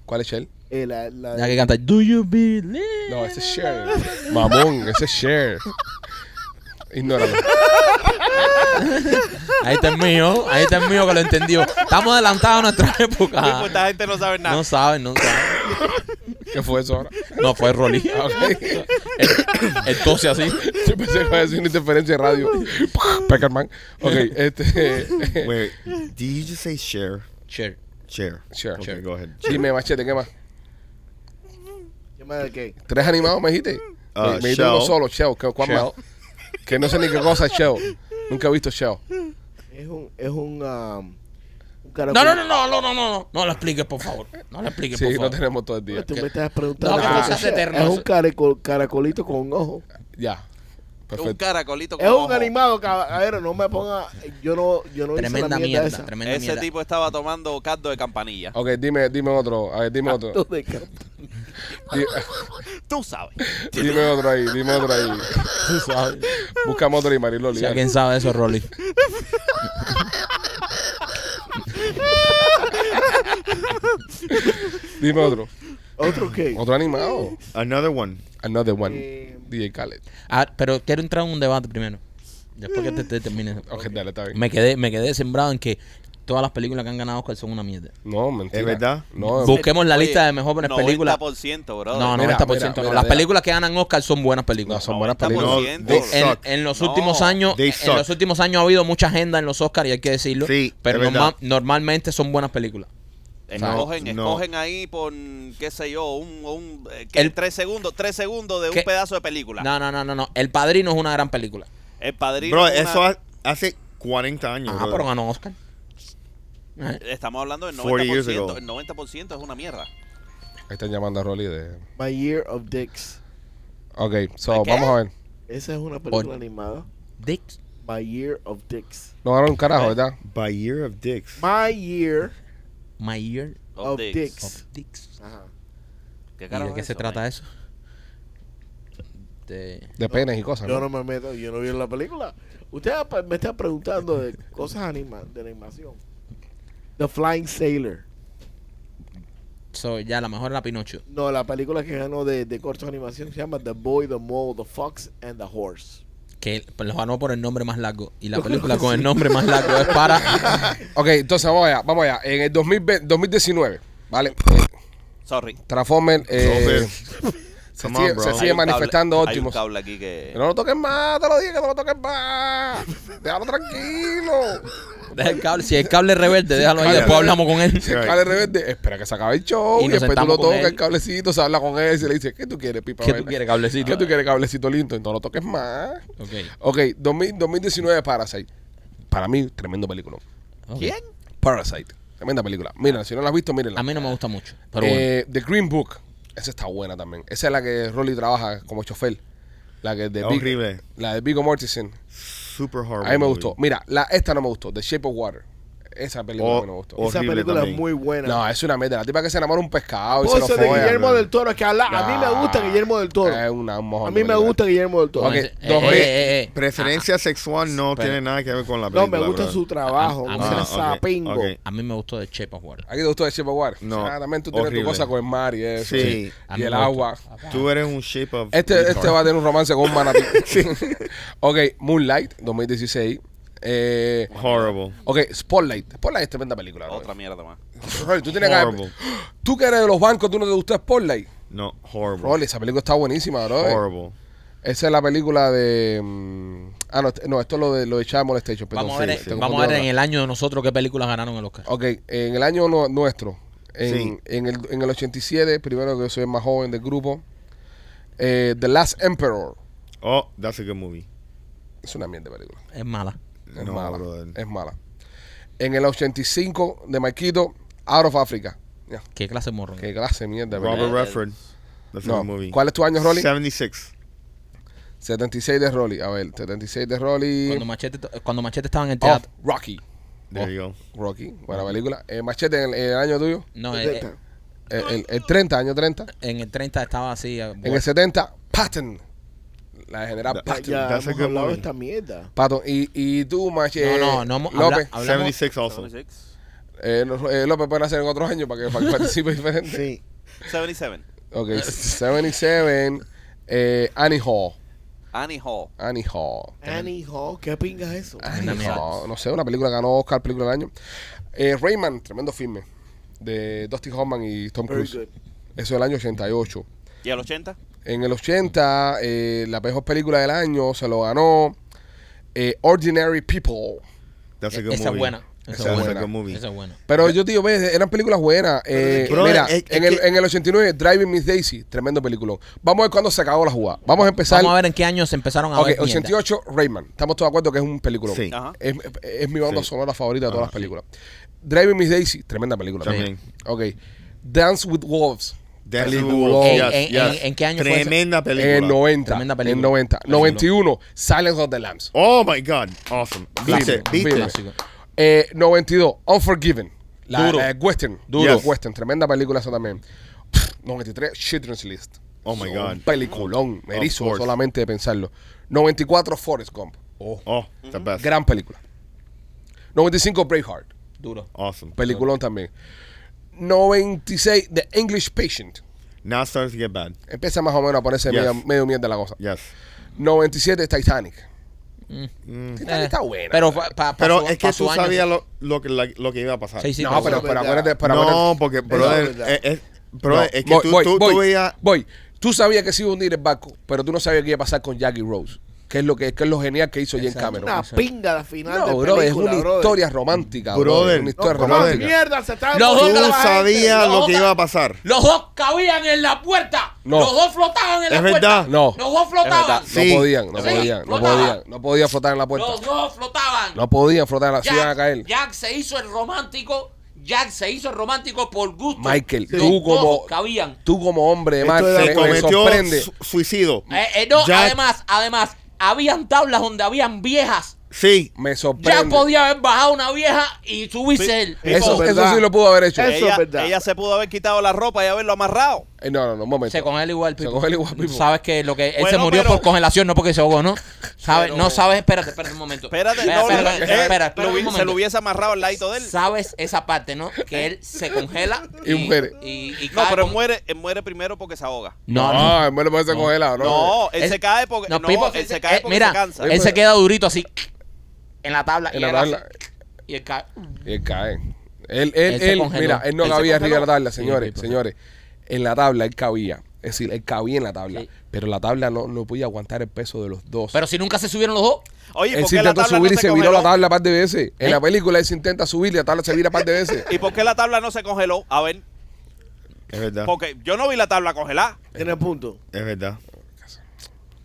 ¿Cuál es Shell? eh, la, la- Ya que canta Do you believe? No, ese es Cher. Mamón, ese es Cher. Ignóralo. Ahí está el mío, ahí está el mío que lo entendió. Estamos adelantados a nuestra Tipo, pues, esta época. gente no sabe nada. Ah. No saben, no saben. ¿Qué fue eso ahora? No, fue Rolly. Ah, ok. Entonces así. Yo pensé que iba a decir una interferencia de radio. Peckerman. Ok, este. Wait, did you just say share? Cher. Share. Share. Okay, Share. go ahead. Dime, machete, ¿qué más? ¿Qué más de qué? ¿Tres animados me dijiste? me, Ah, me dijiste uno Shell. solo, Shell. ¿Qué- ¿Cuál más? Que no sé ni qué cosa es Shell. Nunca he visto Shell. Es un, es un, um, un caracol. No, no, no, no, no, no, no, no. No lo expliques, por favor. No lo expliques, Sí, por no favor. tenemos todo el día. Pero Tú ¿Qué? me estás preguntando. No, que qué no es seas Shell. eterno. Es un caracol- caracolito con un ojo. Ya. Un Perfecto. caracolito con Es un ojo. animado, caballero. No me ponga. Yo no, yo no hice Tremenda la mierda, mierda, esa. tremenda Ese mierda. Oh. tipo estaba tomando caldo de campanilla. Ok, dime, dime otro. A ver, dime otro. Tú de cara. Di- Tú sabes. Dime otro ahí, dime otro ahí. Tú sabes. Buscamos otro y Mariloli. Si dale. alguien sabe eso, Rolly. Dime otro. Otro que. Otro animado. Another one. Another one. Eh, DJ Khaled. Ah, pero quiero entrar en un debate primero. Después que te, te termines. Ok, dale, está bien. Me quedé, me quedé sembrado en que todas las películas que han ganado Oscar son una mierda. No, mentira. ¿Es verdad? No, Busquemos la lista de mejores películas. 90%, bro. No, no, Mira, 90%. mira, no. mira, Las mira. películas que ganan Oscar son buenas películas. No, son buenas 90%. películas. No, they En- en, suck. en los No, últimos años they en- en suck. los últimos años ha habido mucha agenda en los Oscars y hay que decirlo Sí, pero es norma- verdad. normalmente son buenas películas Escogen, No, no. escogen ahí por, qué sé yo, un, un eh, ¿qué? El- tres segundos, tres segundos de ¿Qué? un pedazo de película. no no no no no el padrino es una gran película El padrino. Bro, es una- eso ha- hace 40 años. ah brother. pero ganó Oscar Eh, Estamos hablando del 40 years 90%. ago. El 90% es una mierda. Ahí están llamando a Rolly de. My Year of Dicks. Ok, so, ¿Qué? vamos a ver. Esa es una película Bon- animada. Dick My Year of Dicks. No ganaron un carajo, ¿verdad? By Year of Dicks. My Year My Year Of of dicks. Dicks. of Dicks Ajá. ¿Qué ¿Y carajo de es qué se eso, trata man? eso? De- De penes y cosas, Yo ¿no? no me meto, yo no vi la película. Usted apa- me está preguntando de cosas anima, de animación. The Flying Sailor. so, ya, la mejor era Pinocho. No, la película que ganó de, de cortos de animación se llama The Boy, The Mole, The Fox and the Horse. Que lo ganó por el nombre más largo. Y la película con el nombre más largo es para. Ok, entonces vamos allá, vamos allá. En el 2020, 2019, ¿vale? Eh, Sorry. Transformer eh, Entonces, se, come sigue, on, bro. se Hay sigue Hay un cable- manifestando Hay un óptimos. cable aquí que... No lo toques más, te lo dije que no lo toques más. Déjalo tranquilo. Deja el cable. Si el cable es rebelde, déjalo ahí. Cable Después rebelde. hablamos con él. Si el cable rebelde, espera que se acabe el show. Y Y, después nos tú lo sentamos con tocas él. el cablecito, se habla con él, se le dice, ¿qué tú quieres, pipa? ¿Qué tú Vela? quieres, cablecito? ¿Qué tú quieres, cablecito lindo? No lo toques más. Ok. Ok, 2000 2019 Parasite. Para mí, tremendo película. ok. Parasite. Tremenda película. Mira, si no la has visto, mírenla. A mí no me gusta mucho. Pero bueno. Eh, The Green Book. Esa está buena también. Esa es la que Rolly trabaja como chofer. La que de Horrible. La de Vigo Mortensen. super horrible. A mí me gustó. Mira, la, esta no me gustó. The Shape of Water. Esa película Oh, no me gustó. oh. Esa Horrible película también. es muy buena. No, es una mierda. La tipa que se enamora de un pescado y se lo Esposo de folla. Guillermo bro. del Toro, que a, la- a mí me gusta Nah, Guillermo del Toro. Eh, Es una, un mojón a de mí me película. gusta Guillermo del Toro. Ok, Eh, eh, 2000. eh, eh, eh. Preferencia sexual no Pero- tiene nada que ver con la No, película. me gusta bro. su trabajo. A- a no mí- sea Ah, ok, sapingo. ok. A mí me gustó de Shape of Water. ¿A ti te gustó The Shape of Water? No, Ah, también tú tienes horrible. tu cosa con el mar y eso. Sí. A Y mí el me gusta. agua. Tú eres un shape of. Este, retard. este va a tener un romance con un manatí. ok, Moonlight, 2016. Eh, Horrible. ok, Spotlight. Spotlight es tremenda película. bro. Otra mierda más. Rolly, tú tienes que- Horrible. Tú que eres de los bancos, tú no te gustó Spotlight. No, horrible. Rolly, esa película está buenísima, bro. Horrible. Esa es la película de. mm, ah, no, este- no, esto es lo de, lo de Child Molestation. perdón, Vamos a ver, sí, sí. te vamos a confundí ver en ahora. el año de nosotros qué películas ganaron el Oscar. Ok, en el año no- nuestro, en, Sí. en, el, en el 87, primero que yo soy el más joven del grupo, eh, The Last Emperor. Oh, that's a good movie. Es una mierda de película. Es mala. Es No, mala. brother. Es mala. En el 85 de Maquito, Out of Africa. Ya, ¿Qué clase de morro? Qué clase de mierda. de Mm. Robert película. Redford. That's a No, good movie. ¿Cuál es tu año, Rolly? 76. 76 de Rolly. A ver, 76 de Rolly. Cuando Machete, to- cuando Machete estaba en el Off, teatro. Rocky. Oh. There you go. Rocky, Mm. buena película. Eh, machete, en el, en el año tuyo, No, eh, eh, Perfecta. el, el- el 30, año 30. en el 30 estaba así. eh, En bueno. el 70, Patton. La general Da- Patton. Ya That's a hemos good hablado de movie. esta mierda. Pato, y, y tú, Mache. No, no, no hemos López. habla- hablamos- 76 also. 76. Eh, lo- eh, López puede hacer en otros años para que, para que participe diferente. Sí. 77. Ok, 77. Eh, Annie Hall. Annie Hall. Annie Hall. Annie Hall, ¿qué pinga es eso? Tremenda Annie mierda. Hall. No sé, una película que ganó Oscar, película del año. Eh, Rayman, tremendo filme. De Dusty Hoffman y Tom Very Cruise. good. Eso del año 88. ¿Y al 80? En el 80, eh, la mejor película del año se lo ganó eh, Ordinary People. That's a good E- Esa es movie. buena. That's Esa es a buena. good movie. Esa es buena. Pero yo, tío, ves, eran películas buenas. Eh, Bro, mira, es- es en, el, que- en el 89, Driving Miss Daisy, tremendo película. Vamos a ver cuándo se acabó la jugada. Vamos a empezar. Vamos a ver en qué años se empezaron a Ok, ver. mierda. 88, Rayman. Estamos todos de acuerdo que es un película. Sí. Ajá. Es, es- es mi banda Sí. sonora favorita de todas Ajá. las películas. Driving Miss Daisy, tremenda película. También. Ok. Dance with Wolves. Danny Película. Wolf. En- yes, en- yes. en qué año fue esa? Tremenda En película. el 90. Tremenda En película. 90. 91, Silence of the Lambs. Oh my God. Awesome. Viste, Clásico, viste. clásico. Eh, 92, Unforgiven. La, Duro. la de Western. Duro. Yes. Western, tremenda película esa también. 93, Children's List. Oh, my So, God. Un peliculón. Me Of erizo course. solamente de pensarlo. 94, Forrest Gump. Oh, the best. Gran película. 95, Braveheart. Duro. Awesome. Peliculón también. 96, The English Patient. Now it's starting to get bad. Empieza más o menos a ponerse Yes. medio, medio mierda la cosa. Yes. 97, Titanic. Titanic Eh, está buena. Pero, pa- pa- pa Pero su- es que pa su tú año- sabías lo, lo, que- la- lo que iba a pasar. Sí, sí, no, pero- pero, pero verdad. acuérdate, pero no, acuérdate- porque, brother, verdad. es, es- brother, es que voy, tú, voy, tú, voy, tú veías... voy. Tú sabías que se iba a hundir el barco, pero tú no sabías qué iba a pasar con Jackie Rose. Que es lo que, que es lo genial que hizo Jane Exacto. Cameron. Una sé. pinga la final No, de bro, película, es una brother. historia romántica, Brother. bro. Es una No, historia pero brother. romántica. mierda, se está Los dos Tú muriendo la gente, sabías los lo que dos- iba a pasar. Los dos cabían en la puerta. No. Los dos flotaban en Es la puerta. verdad. No. Los dos Es flotaban. verdad. Sí. No podían, no Sí, podían, no flotaba. podían. No podían flotar en la puerta. Los dos flotaban. No podían flotar en la se iban a Jack, caer. Jack se hizo el romántico. Jack se hizo el romántico por gusto. Michael, Los tú dos como cabían. tú como hombre de Estoy mar, de me- Se me acuerdo. cometió sorprende. su- suicidio. Eh, eh, no, Jack- además, además, habían tablas donde habían viejas. Sí. Me Jack sorprende. podía haber bajado una vieja y subirse Sí. él. Eso, Eso es eso verdad. sí lo pudo haber hecho. Eso es ella, verdad. ella se pudo haber quitado la ropa y haberlo amarrado. Eh, no, no, no, un momento. Se congela igual, Se Pipo. congela igual, Pipo. Sabes que lo que él se Bueno, murió pero- por congelación, no porque se ahogó, ¿no? ¿Sabes? Pero- No sabes, espérate, espérate un momento. Espérate, no, espérate, eh, espera, espera, lo espera un hubi- se lo momento. hubiese amarrado al ladito de él. Sabes esa parte, ¿no? Que él se congela Y muere. y- y No, cae pero con- muere, eh, muere primero porque se ahoga. No, no. No, el muerto puede ser congelado, ¿no? No, él Es- se cae porque no, No, Pipo, él se cae eh, porque mira, se cansa. él se queda durito así en la tabla. En y la él hace- tabla. Y él cae. Y él cae. Eh, Él, él, Él él, se congeló. mira, él no Él se cabía arriba de la congeló. tabla, Sí, señores, Pipo, sí. señores. En la tabla él cabía. Es decir, él cabía en la tabla. Sí. Pero la tabla no, no podía aguantar el peso de los dos. Pero si nunca se subieron los dos. Oye, él ¿por se qué la intentó tabla subir no y se viró congeló? la tabla un par de veces. ¿Eh? En la película él se intenta subir y la tabla se vira un par de veces. ¿Y por qué la tabla no se congeló? A ver, Es verdad. porque yo no vi la tabla congelada. Tiene punto. Es verdad.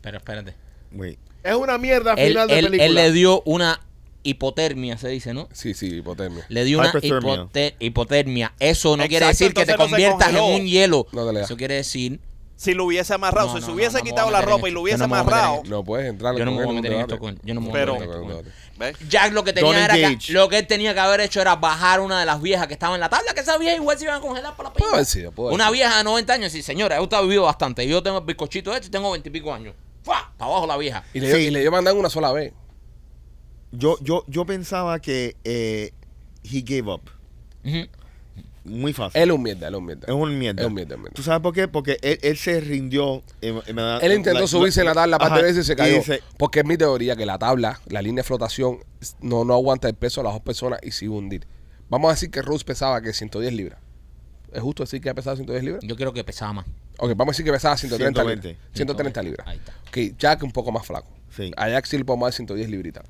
Pero espérate. Wait. Es una mierda Él, final de él- película. él le dio una hipotermia, se dice, ¿no? Sí, sí, hipotermia. Le dio una Hyperthermia. hipote- hipotermia. Eso no Exacto, quiere decir que entonces te no se conviertas en congeló. un hielo. No te le da. Eso quiere decir. Si lo hubiese amarrado, No, si no, se no, hubiese no me quitado voy a la meter en ropa y esto. lo Yo hubiese no me voy a meter en amarrado. esto. No puedes entrar Yo no me con voy a él, meter te en esto vale. con. Yo no me voy a Pero- meter en esto con él. ¿Ves? Jack lo que tenía Don't era que engage. lo que él tenía que haber hecho era bajar una de las viejas que estaba en la tabla, que esa vieja igual se iban a congelar por la película. Puede haber sido, puede haber Una sido. vieja de 90 años, sí, señora, usted ha vivido bastante. Yo tengo el bizcochito hecho y tengo 20 y pico años. ¡Fua! Para abajo la vieja. Y le, dio- Sí. y le dio mandan una sola vez. Yo, yo, yo pensaba que eh, he gave up. Ujú. Muy fácil. Él es un mierda, él es un mierda. es un mierda. es un mierda, es un mierda. ¿Tú sabes por qué? Porque él, él se rindió. en- en verdad, Él intentó like, subirse en la tabla un par de Ah, ajá, veces y se cayó. dice, porque es mi teoría que la tabla, la línea de flotación, no, no aguanta el peso de las dos personas y si hundir. Vamos a decir que Rose pesaba que 110 libras. ¿Es justo decir que ha pesado 110 libras? Yo creo que pesaba más. Ok, vamos a decir que pesaba 130 libras. 120. 130 libras. Ahí está. Ok, Jack un poco más flaco. Sí. A Jack sí le podemos dar 110 libritas.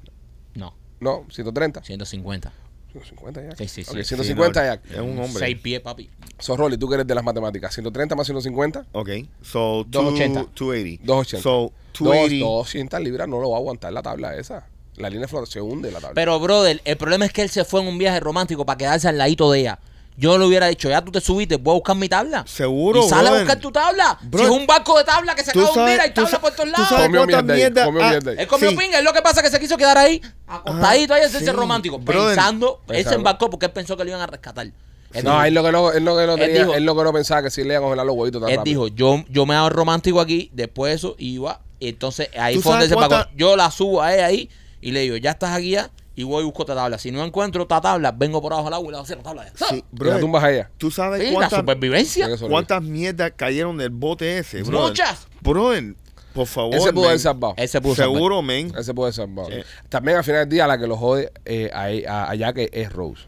No, No, 130. 150. 150 Jack. Sí, sí, sí. Ok, sí, no, 150 Jack. Es un hombre. 6 pies, papi. So, Rolly, tú que eres de las matemáticas. 130 más 150, Ok. So, 280. 280. 280. 280. So, Dos- 280. 200 libras no lo va a aguantar la tabla esa. La línea de flotación hunde la tabla. Pero, brother, el problema es que él se fue en un viaje romántico para quedarse al ladito de ella. Yo le hubiera dicho, ya tú te subiste, voy a buscar mi tabla. Seguro, Y sale a brother. buscar tu tabla. Bro- si es un barco de tabla que se Tú acaba de hundir, sabes- hay tú tabla sa- por todos lados. ¿Tú sabes Comió cuántas mierda ahí, mierdas? comió ah, mierda ahí. Él comió Sí. Ah, pinga, es lo que pasa que se quiso quedar ahí, acostadito ahí, ese sí. romántico, Brother, pensando, él se pensando. embarcó porque él pensó que lo iban a rescatar. Él, No, él lo que no, él lo que no Él tenía, dijo- él lo que no pensaba que si le iban a congelar los huevitos tan él rápido. dijo, yo, yo me hago romántico aquí, después de eso iba, y entonces ahí ¿Tú fue donde sabes se embarcó. cuánta- Yo la subo a ella ahí y le digo, ya estás aquí ya, y voy y busco esta tabla. Si no encuentro esta tabla, vengo por abajo al agua y la hago la tabla. ya. Sí, Y brother, la tumbas a ella. ¿Tú sabes Sí, la cuántas, supervivencia. Tiene que sobrevivir. cuántas mierdas cayeron del bote ese, brother? Muchas. Brother, por favor. Él se pudo man. haber salvado. Él se pudo salvar. Seguro, men. Él se pudo haber salvado. Sí. También al final del día la que lo jode eh, a, a- a Jack es Rose.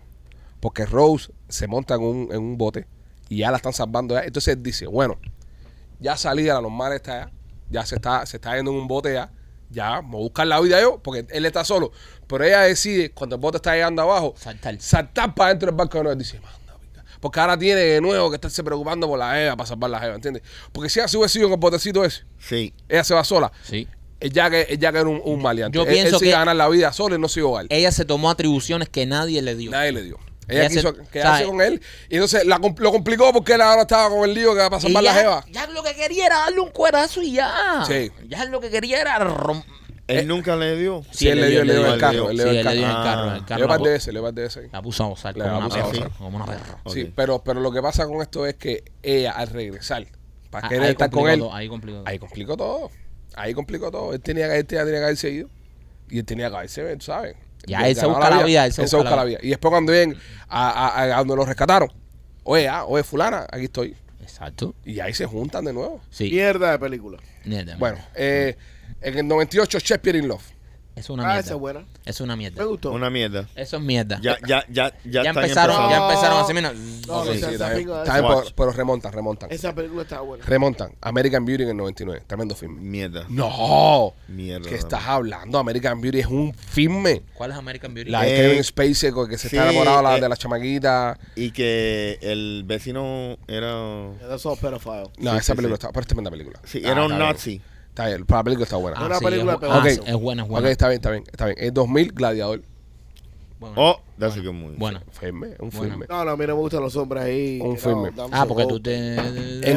Porque Rose se monta en un, en un bote y ya la están salvando. ya. Entonces él dice, bueno, ya salí de la normal está ya, ya se está, se está yendo en un bote ya, ya me voy a buscar la vida yo, porque él está solo. Pero ella decide, cuando el bote está llegando abajo, Saltar. saltar para dentro del barco de nuevo. Él dice, manda, venga. porque ahora tiene de nuevo que estarse preocupando por la Eva para salvar la Eva, ¿entiendes? Porque si ella se hubiese ido en el botecito ese, Sí. ella se va sola. Sí. El Jack, es- el Jack era un, un maleante. Yo Él- él pienso se iba que- a ganar la vida solo y no se iba a ahogar. Ella se tomó atribuciones que nadie le dio. Nadie le dio. Ella Ella se- quiso quedarse ¿sabe? con él. Y entonces la com- lo complicó porque él ahora estaba con el lío que va a Y salvar la ya- jeva. ya lo que quería era darle un cuerazo y ya. Sí. Ya lo que quería era rom- Él nunca le dio. Eh, Sí, él le dio, le dio el carro, él le Sí, dio el él le dio en el carro. carro. el Ah. Le carro dio la, par de pu- veces, le dio par de veces. la puso a gozar Le como una, puso a Ah, perra, gozar. como una perra. Ok. Sí, pero, pero lo que pasa con esto es que ella al regresar, para Ah, querer estar con complicó él, todo, ahí complicó todo. ahí complicó todo. Ahí complicó todo. Él tenía, que- él tenía, tenía que haberse ido. Y él tenía que haberse ido, tú ¿sabes? Ya, Él él se ganó busca la vida, él se busca la Y después cuando ven a, a- a- a donde lo rescataron, oye, ah, oye, fulana, aquí estoy. Exacto. Y ahí se juntan de nuevo. Sí. Mierda de película. Mierda, Bueno, mierda. eh, en el 98, Shakespeare in Love. es una Ah, mierda. esa es buena. Es una mierda. Me gustó. Una mierda. Eso es mierda. Ya, ya, ya, ya, Ya están empezaron, empezando. ya empezaron a hacer mira. No, Ok. no, esa- esa también- película- también, Watch. pero, pero remontan, remontan. Esa película está buena. Remontan. American Beauty en el 99. Tremendo filme. Mierda. No. Mierda. ¿Qué estás hablando? American Beauty es un filme. ¿Cuál es American Beauty? La de Eh, Kevin Spacey con el que se está sí, enamorado la- eh. de la chamaquita. Y que el vecino era. That's all pedophile. No, Sí, esa sí, película sí. está... Pero es tremenda película. Sí, Ah, era un está bien. nazi. Está bien, pero la película está buena. Ah, Una sí, película es, bu- de ah, Ok. sí, es buena, es buena. Ok, está bien, está bien, está bien. En 2000, Gladiador. Buena. Oh, that's a good movie. Buena. Filme, un Buena. filme. No, no, a mí no me gustan los hombres ahí. Un que filme. no, Ah, porque no. tú te. En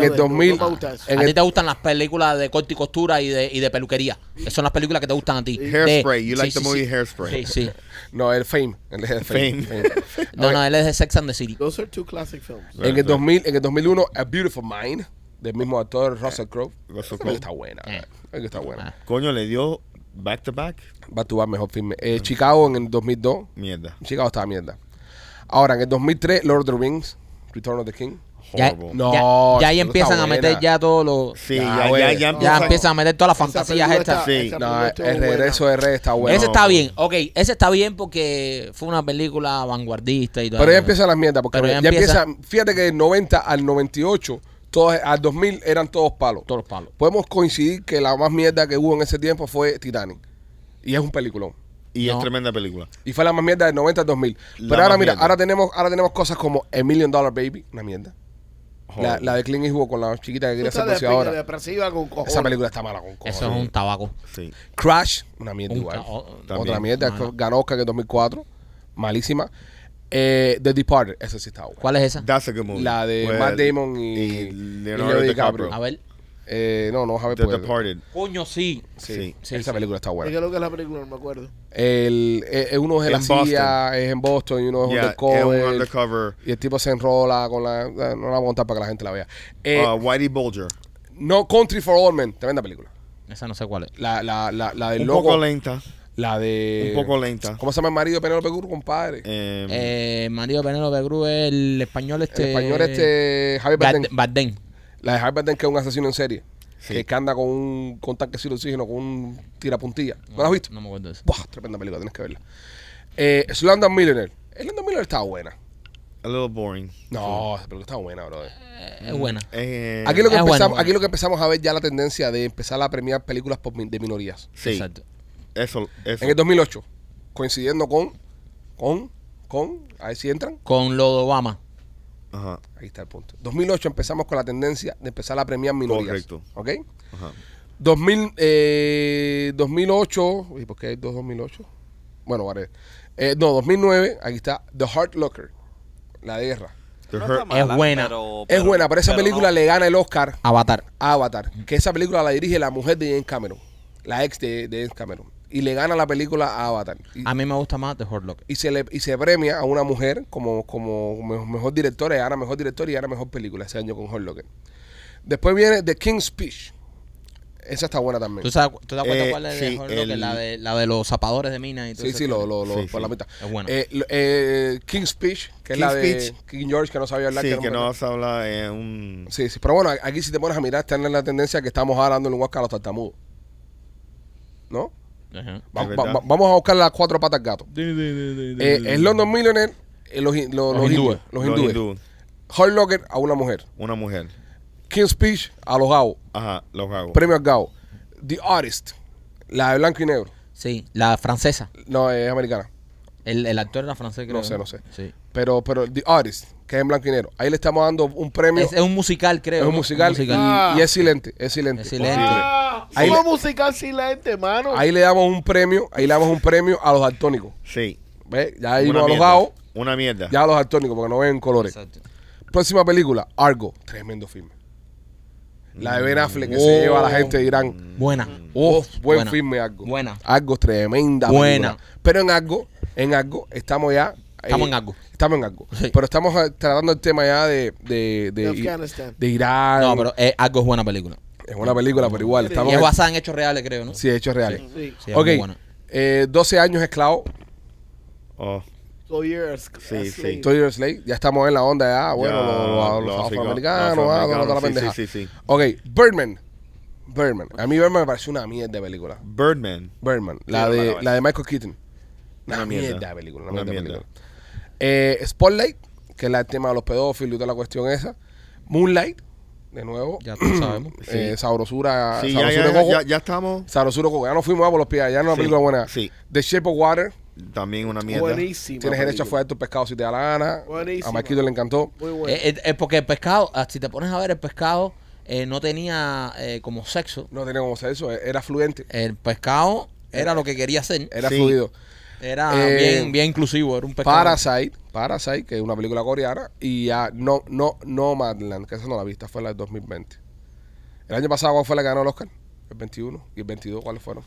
el no, 2000... no me gusta eso. en a ti el- te gustan las películas de corte y costura y de, y de peluquería. Esas son las películas que te gustan a ti. Hairspray. De- You sí, like the sí, movie sí. Hairspray. Sí, sí. No, el Fame. El, el Fame. Fame. Fame. No, no, él es de Sex and the City. Those are two classic films. En el, 2000, en el 2001, A Beautiful Mind. del mismo actor Russell Crowe. Eh, Creo Russell que Crowe. está buena. Eh. creo que está buena. Coño, le dio back to back. Va a tubar mejor filme. Eh, Chicago en el 2002. Mierda. Chicago estaba mierda. Ahora, en el 2003, Lord of the Rings, Return of the King. Ya, Horrible. No, ya- ya ahí eso está empiezan a meter buena. ya todos los. Sí, Ya, ya, güey. ya, ya, Ya empiezan- Ya empiezan a meter todas las fantasías estas. Sí. No, Ah, el regreso de Rey está bueno. ese está bien, ok, ese está bien porque fue una película vanguardista y todo. Pero ya eso. empiezan las mierdas, porque Pero ya, ya empieza, empieza- fíjate que del 90 al 98, todos, al 2000 eran todos palos. Todos los palos. Podemos coincidir que la más mierda que hubo en ese tiempo fue Titanic. Y es un peliculón. Y No. es tremenda película. Y fue la más mierda del 90 al 2000. La Pero ahora más mira, mierda. ahora tenemos, ahora tenemos cosas como A Million Dollar Baby, una mierda. La, Horrible. la de Clint Eastwood con la chiquita que Tú quería ser estás de pinga, boxeadora. depresiva con cojones. Esa película está mala con cojones. Eso es un tabaco. Sí. Crash, una mierda Un igual. ca- oh, o- También. Otra mierda, No, no. ganó Oscar en 2004, malísima. Eh, The Departed, esa sí está buena. ¿Cuál es esa? That's a good movie. La de Well, Matt Damon y, y Leonardo DiCaprio. A ver. Eh, no, no vas a ver The pues, Departed. Coño, sí. Sí, Sí, sí, esa sí. película está ¿De buena. qué es lo que es la película? No me acuerdo. El, eh, eh, uno es de la En Boston. CIA, es en Boston y uno es Yeah, es un undercover. undercover. Y el tipo se enrola con la... eh, No la voy a contar para que la gente la vea. Eh, Uh, Whitey Bulger. no Country for All Men, tremenda película. Esa no sé cuál es. La, la, la, la del Un loco, poco lenta. la de... un poco lenta. ¿Cómo se llama el marido de Penélope Cruz, compadre? Em, Eh, Mario Penélope Cruz, el español el este. español este... Javier Bardem. Bardem. La de Javier Bardem que es un asesino en serie. Sí. Que anda con un con tanquecito de oxígeno, con un tirapuntilla. ¿No, la has visto? No me acuerdo de eso. Buah, tremenda película, tienes que verla. Eh, Slumdog Millionaire. Slumdog Millionaire estaba buena. a little boring. No, esa película estaba buena, brother. Eh, es buena. Eh, Aquí lo, que es bueno, empezamos, bueno. aquí lo que empezamos a ver ya la tendencia de empezar a premiar películas por min- de minorías. sí. Exacto. Eso, eso. En el 2008, coincidiendo con, con, con, ahí sí entran, Con lo de Obama. Ajá, ahí está el punto. 2008 empezamos con la tendencia de empezar a premiar minorías. Correcto. ¿Ok? ajá. 2000, eh, 2008, ¿y por qué hay dos 2008? Bueno, vale. Eh, no, 2009, aquí está The Hard Locker, la de guerra. The No Hurt- está mala, Es buena. Oh, pero- Es buena, pero esa pero película no. le gana el Oscar Avatar. a Avatar. Que esa película la dirige la mujer de James Cameron, la ex de, de James Cameron. Y le gana la película a Avatar. Y, A mí me gusta más The Hurt Locker. y se le y se premia a una mujer como, como me- mejor directora, y gana mejor directora y gana mejor película ese año con Hurt Locker. Después viene The King's Speech. Esa está buena también. ¿Tú, sabes, ¿Tú te acuerdas Eh, cuál es sí, de Hurt Locker? el- La de, la de los zapadores de minas y todo Sí, eso. sí, lo, lo, lo- Sí, por sí. la mitad. Es bueno. Eh, lo- eh, King's Speech, que es la King's de Speech. King George, que no sabía hablar. Sí, era que un- no vas a hablar eh, un... Sí, sí, pero bueno, aquí si te pones a mirar, está en la tendencia que estamos hablando en un Oscar a los tartamudos. ¿No? Ajá. Va- Es va- verdad. va- vamos a buscar las cuatro patas al gato. Eh, en London Millionaire, eh, los, hi- lo- los hindúes. Los hindúes. Hard Locker a una mujer. Una mujer. King's Speech a los gao. Ajá, los hago. Premio al gao. The Artist, la de blanco y negro. Sí, la francesa. No, eh, es americana. El, el actor era francés, creo. No sé, no sé. Sí. Pero, pero The Artist, que es en blanco y negro. Ahí le estamos dando un premio. Es, es un musical, creo. Es un ¿no? musical, Ah. Y, y es silente, es silente. Es silente. Ah, Ahí ¿Cómo le- musical silente, mano? Ahí le damos un premio, ahí le damos un premio a los daltónicos. Sí. ¿Ves? Ya dimos una a los mierda. gaos, Una mierda. ya a los daltónicos, porque no ven colores. Exacto. Próxima película, Argo. Tremendo filme. La de Ben Affleck que se Oh. lleva a la gente de Irán. Buena. Oh, buen Buena. filme Argo. Buena. Argo, tremenda Buena. película. Pero en Argo, en Argo, estamos ya... Estamos en Argo. Estamos en Argo. Sí. Pero estamos eh, tratando el tema ya de... De, de, De Afganistán. de Irán. No, pero eh, algo es buena película. Es una película, pero igual. Estamos y es en- basada en hechos reales, creo, ¿no? Sí, hechos reales. Sí. Sí, es ok, muy buena. eh, 12 años esclavo, Oh, So you're a s- Sí, a sí. slave. Toy Years Slave, ya estamos en la onda ya, bueno, Ya, lo- lo- los los africa- afroamericanos, los ah, toda la afroamericanos, sí, pendeja. sí, sí, sí. Ok, Birdman, Birdman, a mí Birdman me pareció una mierda de película, Birdman. Birdman, la, Sí, de, mala, mala. la de Michael Keaton, una, Una mierda. mierda. de película, una, Una mierda de mierda. película. Eh, Spotlight, que es la- el tema de los pedófilos y toda la cuestión esa, Moonlight, de nuevo, Ya todos sabemos. eh, Sabrosura, Sí, ya, Sabrosura ya, Coco, ya, ya estamos. Sabrosura Coco, ya nos fuimos a por los pies, ya no es una Sí, película buena, sí. The Shape of Water, También una mierda. Buenísima. Tienes derecho a película. fuera tu pescado si te da la gana. Buenísimo. A Marquito le encantó. Muy bueno. Eh, eh, eh, porque el pescado, ah, si te pones a ver, el pescado eh, no tenía eh, como sexo. No tenía como hacer eso. eh, Era fluente. El pescado era lo que quería hacer. Era Sí. fluido. Era Eh, bien, bien inclusivo, era un pescado. Parasite. Parasite, que es una película coreana. Y ya no, no, no Madland, que esa no la vista, fue la del 2020. El año pasado, ¿cuál fue la que ganó el Oscar? El 21 y el 22, ¿cuáles fueron?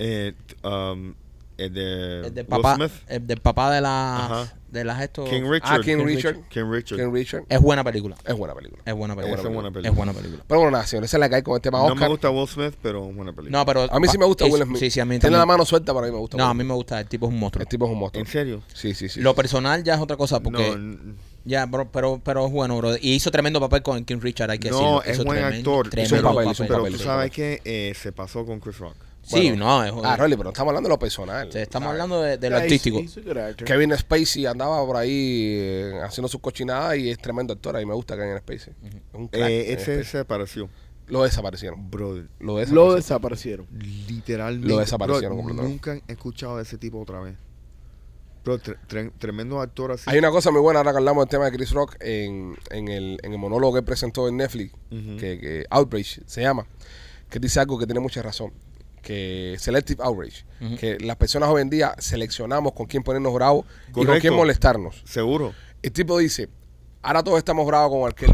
Eh, t- um, el de, el del Will papá, Smith. el del papá de la Ajá. de las Ah, estos. Ah, King Richard. King Richard. King Richard. King Richard. Es buena película. Es buena película. Es buena película. Esa es buena película. Es buena película. Pero bueno, nada, señores, esa es la que hay con el tema Oscar. No me gusta Will Smith, pero buena película. No, pero A mí sí me gusta es- Will Smith. Ah, Sí, sí, a mí Tiene también. la mano suelta, pero a mí me gusta. No, a Will mí Smith. me gusta. El tipo es un monstruo. El tipo es un monstruo. ¿En serio? Sí, sí, sí. Lo sí. personal ya es otra cosa porque no, ya, bro, pero pero es bueno, bro. Y hizo tremendo papel con King Richard, hay que decirlo. no, es Hizo buen tremendo- actor. Hizo tremendo un papel, papel. hizo un pero papel. tú sabes que eh, se pasó con Chris Rock. Sí, Bueno. no, es Ah, Rolly, pero no estamos hablando de lo personal. Sí, estamos ¿sabes? hablando de, de lo Yeah, he's- artístico. he's a good actor. Kevin Spacey andaba por ahí eh, haciendo sus cochinadas y es tremendo actor. A mí me gusta Kevin Spacey. Es un crack. Eh, Kevin ese Spacey. se desapareció. Lo desaparecieron. Brother. Lo Lo desaparecieron. desaparecieron. Literalmente. Lo desaparecieron Bro, completamente. Nunca he escuchado de ese tipo otra vez. Bro, tre- tre- tremendo actor así. Hay una cosa muy buena ahora que hablamos del tema de Chris Rock en, en el, en el monólogo que él presentó en Netflix, Ujú. que, que Outrage se llama, que dice algo que tiene mucha razón, que Selective Outrage, Ujú. que las personas hoy en día seleccionamos con quién ponernos bravos y con Correcto. quién molestarnos. Seguro. El tipo dice, ahora todos estamos bravos con Arkeli.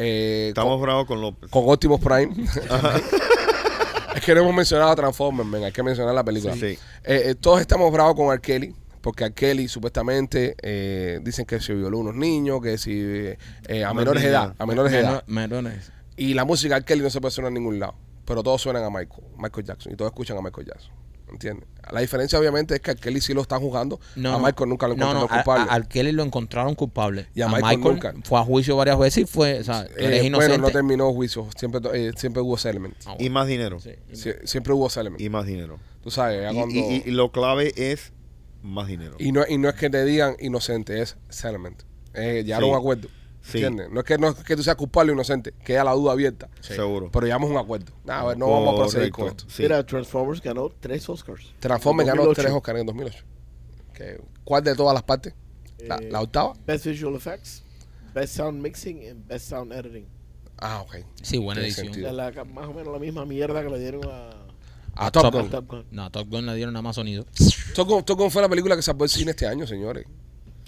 Eh, Estamos bravos con López. con Optimus Prime. es que no hemos mencionado a Transformers, men, hay que mencionar la película. Sí. Sí. Eh, eh, todos estamos bravos con R. Kelly, porque R. Kelly supuestamente eh, dicen que se violó unos niños, que si eh, eh, a Unos menores de niños. edad, a menores de edad. Menores. Y la música de R. Kelly no se puede sonar en ningún lado, pero todos suenan a Michael, Michael Jackson, y todos escuchan a Michael Jackson. ¿Entiendes? La diferencia obviamente es que a R. Kelly sí lo están juzgando, No, a no. Michael nunca lo no, encontraron no, culpable. A, a- al Kelly lo encontraron culpable. Y a a, Michael nunca. Michael, fue a juicio varias veces y fue, o sea, Eh, él es inocente. bueno, no terminó juicio, siempre, to- eh, siempre hubo settlement. Ah, bueno. Y más dinero. Sí. Sie- siempre hubo settlement. Y más dinero. Tú sabes, ya Y, cuando- y- y lo clave es más dinero. Y no, y no es que te digan inocente, es settlement. Eh, llegar a Sí. un acuerdo. Sí. ¿Entiendes? No es, que, no es que tú seas culpable o inocente, queda la duda abierta. Seguro. Pero llegamos a un acuerdo. Nah, a ver, no vamos a proceder con Correcto. esto. Sí. Mira, Transformers ganó tres Oscars. Transformers En ganó 2008. tres Oscars en 2008. Que- ¿Cuál de todas las partes? La, Eh, la octava? Best Visual Effects, Best Sound Mixing y Best Sound Editing. Ah, ok. Sí, buena Tiene edición. sentido. Es la- más o menos la misma mierda que le dieron a, A Top, Top Gun. a Top Gun. No, Top Gun le dieron nada más sonido. Top Gun. Top Gun fue la película que salvó el cine este año, señores.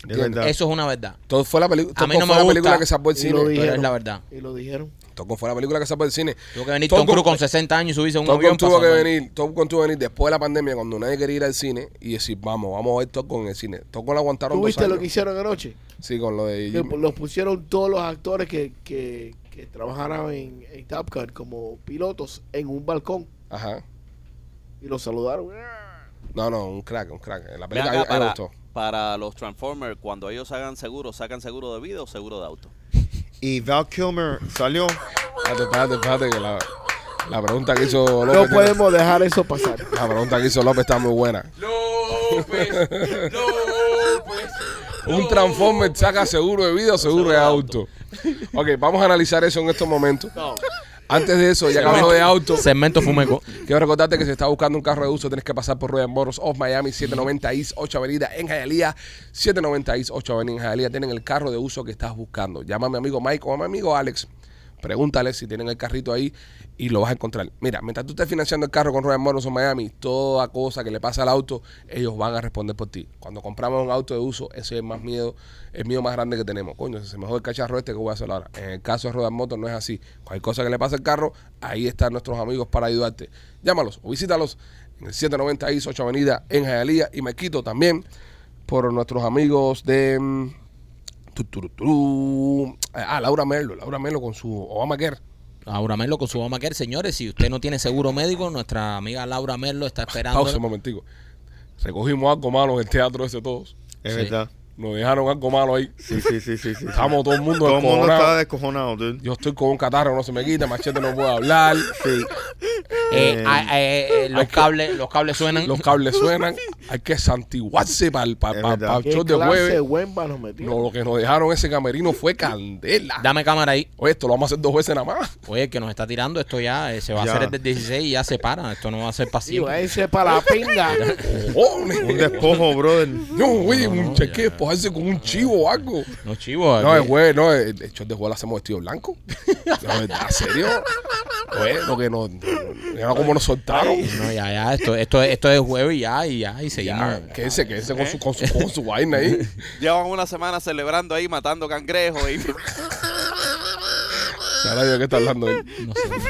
Es verdad. Eso es una verdad. Todo fue la, peli- Top mí Gun fue no me la gusta. película que salvó el Y cine. lo Pero dijeron. es la verdad. Y lo dijeron. Top Gun fue la película que salvó el cine. Tuvo que venir Top Tom Cruise Gun- con 60 años y subirse a un Top Gun avión. para eh, tuvo que salvar. venir, Top Gun tuvo que venir después de la pandemia cuando nadie quería ir al cine y decir, vamos, vamos a ver Top Gun en el cine. Top Gun lo aguantaron ¿Tú dos viste años. lo que hicieron anoche? Sí, con lo de Que Jimmy. los pusieron todos los actores que, que, que trabajaran en, en Top Gun como pilotos en un balcón Ajá. y los saludaron. No, no, un crack, un crack. La Ven película a acá, mí- a mí me para, gustó. para los Transformers, cuando ellos hagan seguro, ¿sacan seguro de vida o seguro de auto? Y Val Kilmer salió. Espérate, espérate, espérate, que la, la pregunta que hizo López. No podemos dejar eso pasar. La pregunta que hizo López está muy buena. Un Transformer saca seguro de vida o seguro de auto. Ok, vamos a analizar eso en estos momentos. Antes de eso, ya que hablo de auto. Segmento Fumeco. Quiero recordarte que si estás buscando un carro de uso, tienes que pasar por Royal Motors of Miami, 790 East 8 Avenida en Hialeah. 790 East 8 Avenida en Hialeah. Tienen el carro de uso que estás buscando. Llama a mi amigo Mike o a mi amigo Alex. Pregúntale si tienen el carrito ahí y lo vas a encontrar. Mira, mientras tú estés financiando el carro con Royal Motors of Miami, toda cosa que le pasa al auto, ellos van a responder por ti. Cuando compramos un auto de uso, ese es más miedo, el miedo más grande que tenemos. Coño, si se me jode el cacharro este, ¿qué voy a hacer ahora? En el caso de Royal Motors no es así. Cualquier cosa que le pase al carro, ahí están nuestros amigos para ayudarte. Llámalos o visítalos en el 790 East 8 Avenida en Jayalía y me quito también por nuestros amigos de... mm, tu, tu, tu, tu. Ah, Laura Merlo, Laura Merlo con su Obamacare. Laura Merlo con su mamá que señores. Si usted no tiene seguro médico, nuestra amiga Laura Merlo está esperando. Pausa un momentico. Recogimos algo malo en el teatro ese todos. Es Sí. verdad. Nos dejaron algo malo ahí. Sí, sí, sí, sí. sí. Estamos todo el mundo Todo el mundo encojonado. está descojonado, dude. Yo estoy con un catarro, no se me quita, machete no puedo hablar, Sí. Eh, Eh, ah, eh, eh, los, cables, los cables suenan. los cables suenan, hay que santiguarse para el pa, Es pa- verdad. pa el ¿Qué show de clase de jueves. Wemba nos metieron? No, lo que nos dejaron ese camerino fue candela. Dame cámara ahí. Oye, esto lo vamos a hacer dos veces nada más. Oye, el que nos está tirando, esto ya eh, se va Ya. a hacer desde el 16 y ya se para. Esto no va a ser pasivo. Digo, eh. ese para la pinga. Un Cojones. despojo, brother. No, oye, un cheque despojarse con un chivo o algo. No, chivo. No, eh, el juez, no, el el short de juez lo hacemos vestido blanco. La verdad, serio. Oye, lo que nos. Mira cómo nos soltaron. no, ya, ya. Esto, esto, esto es jueves y ya, y ya, y seguimos. Ya, quédense, quédense con su, con su, con su vaina ahí. Llevan una semana celebrando ahí, matando cangrejos. Y... Ahora yo que está hablando él. No sé, no sé.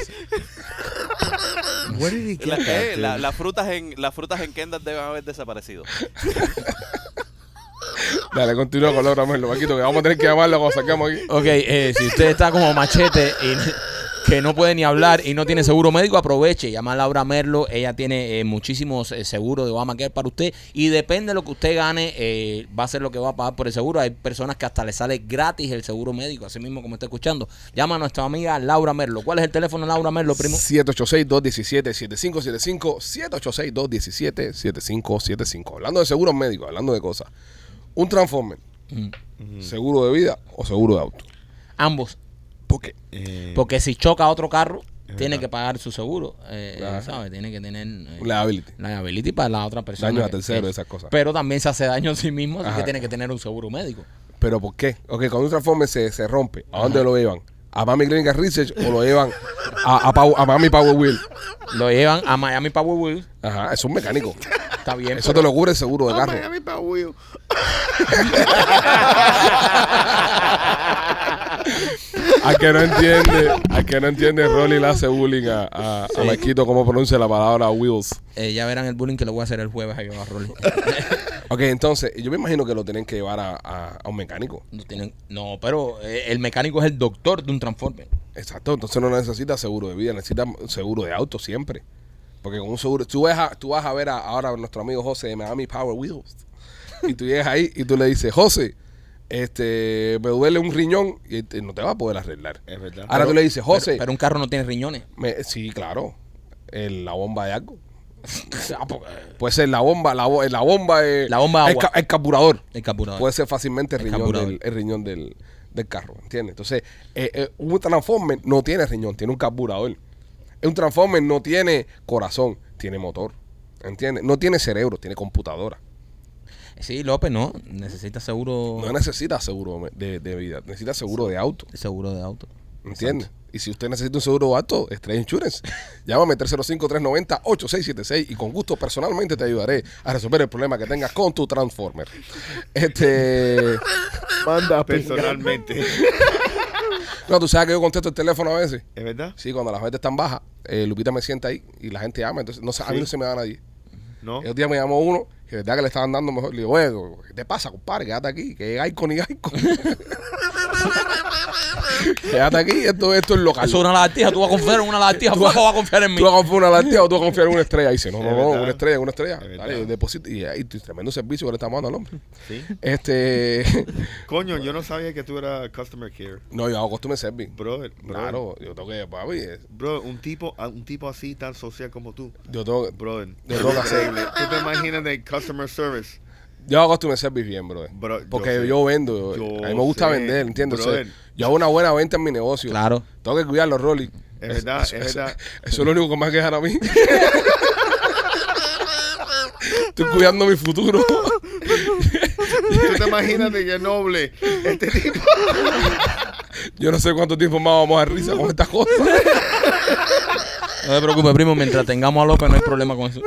Where did he get La- that, eh, la- dude? las frutas en las frutas en Kendall deben haber desaparecido. Dale, continúa con Laura Merlo, Paquito, que vamos a tener que llamarlo cuando saquemos aquí. Ok, eh, si usted está como machete y que no puede ni hablar y no tiene seguro médico, aproveche, llama a Laura Merlo, ella tiene eh, muchísimos eh, seguros de Obamacare para usted y depende de lo que usted gane, eh, va a ser lo que va a pagar por el seguro. Hay personas que hasta le sale gratis el seguro médico, así mismo como está escuchando. Llama a nuestra amiga Laura Merlo. ¿Cuál es el teléfono de Laura Merlo, primo? 786-217-7575. 786-217-7575. Hablando de seguros médicos, hablando de cosas. Un transformer. Seguro de vida o seguro de auto. Ambos. ¿Por qué? Eh, Porque si choca otro carro, Es tiene verdad. que pagar su seguro, eh, Claro. ¿sabes? Tiene que tener... eh, Liability. la liability para la otra persona. Daños a que- terceros, que- esas cosas. Pero también se hace daño a sí mismo, así Ajá. que tiene que tener un seguro médico. ¿Pero por qué? Ok, cuando un transformer se, se rompe, ¿a dónde lo llevan? ¿A Mami Clinical Research o lo llevan a, a, Pau- a Mami Power Wheel? Lo llevan a Miami Power Wheels, Ajá, es un mecánico. está bien. Eso te lo cubre el seguro Oh de carro. Miami pa' Will. Al que no entiende, al que no entiende, Rolly le hace bullying a, a, a Marquito cómo pronuncia la palabra wheels. Eh, ya verán el bullying que le voy a hacer el jueves a Yoga Rolly. Ok, entonces, yo me imagino que lo tienen que llevar a, a- a un mecánico. no, tienen- no, pero eh, el mecánico es el doctor de un transformer. Exacto, entonces no necesita seguro de vida, necesita un seguro de auto siempre. Porque con un seguro, tú vas a, tú vas a ver a- ahora a nuestro amigo José de Miami Power Wheels. Y tú llegas ahí y tú le dices, José, este, me duele un riñón y te- no te va a poder arreglar. Es verdad. Ahora tú le dices, José, Pero, pero un carro no tiene riñones. me- sí, claro, el- la bomba de algo. Ah, porque- Puede ser la bomba, la, bo- la bomba de, La bomba de el, agua. ca- el carburador. El carburador. Puede ser fácilmente el, El riñón, carburador. del, el riñón del, del carro, ¿entiendes? Entonces, eh, eh, un transformer no tiene riñón, tiene un carburador. Un transformer no tiene corazón, tiene motor, ¿entiendes? No tiene cerebro, tiene computadora. sí, López, no. Necesita seguro No necesita seguro de, de vida, necesita seguro de auto, seguro de auto. ¿entiendes? Y si usted necesita un seguro de auto, Stray Insurance, llámame 305-390-8676 y con gusto personalmente te ayudaré a resolver el problema que tengas con tu transformer. Este... Manda a pingar. Personalmente. No, tú sabes que yo contesto el teléfono a veces. ¿Es verdad? Sí, cuando las ventas están bajas, eh, Lupita me sienta ahí y la gente llama. Entonces, no, sé, a mí Sí. no se me da nadie. No. El otro día me llamó uno que de verdad que le estaban dando mejor. Le digo, bueno, ¿qué te pasa, compadre? Quédate aquí, que es Icon y Icon. Quédate aquí, esto, esto es local. Eso es una lagartija. Tú vas a confiar en una lagartija. Tú vas a confiar en mí. Tú vas a confiar en una latina o tú vas a confiar en una estrella. Y dice, no, Es no, no, verdad. una estrella, una estrella. Es Dale, verdad. deposita. Y ahí, tremendo servicio que le estamos dando al hombre. Sí. Este. Coño, yo no sabía que tú eras customer care. no, yo hago costumbre service. Brother, brother. Claro, yo tengo que, papi, eh, Bro, un tipo, un tipo así tan social como tú. yo tengo que. Brother. Yo tengo que hacer- ¿Tú te imaginas de customer service? Yo hago customer service bien, brother. Bro, yo Porque yo, sé. vendo. Yo a mí me gusta sé, vender, ¿entiendes? O sea, brother. yo hago una buena venta en mi negocio. Claro. Tengo que cuidar los rolling. Es verdad, es eso- verdad. Eso es lo único que me va a quejar a mí. Estoy cuidando mi futuro. ¿Tú te imaginas de que noble este tipo? Yo no sé cuánto tiempo más vamos a dar risa con estas cosas. No te preocupes, primo. Mientras tengamos a López, no hay problema con eso.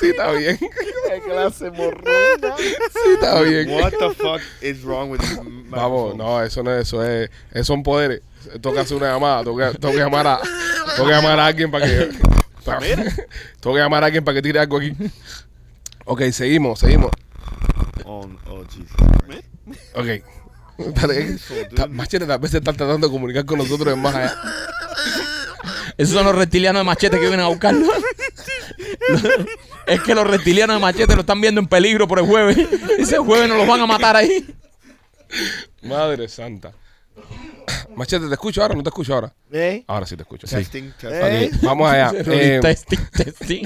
Sí, está bien. Qué clase morrona. Sí, está bien. What the fuck is wrong with you? Vamos, no, eso no es eso. Es, esos son poderes. Tengo que hacer una llamada. Tengo que, tengo que llamar, a, tengo que llamar a alguien para que. para- tengo que llamar a alguien para que tire algo aquí. Ok, seguimos, seguimos. Oh, oh, Jesus. Christ. Ok. Espérate, es que ta- Machete tal vez se está tratando de comunicar con nosotros en más allá. Esos son los reptilianos de machete que vienen a buscarlo. es que los reptilianos de machete lo están viendo en peligro por el jueves. Ese jueves nos los van a matar ahí. Madre santa. Machete, ¿te escucho ahora o no te escucho ahora? ¿Eh? Ahora sí te escucho. Sí. Eh. Testing, testing. Ok, vamos allá. Eh, testing, testing.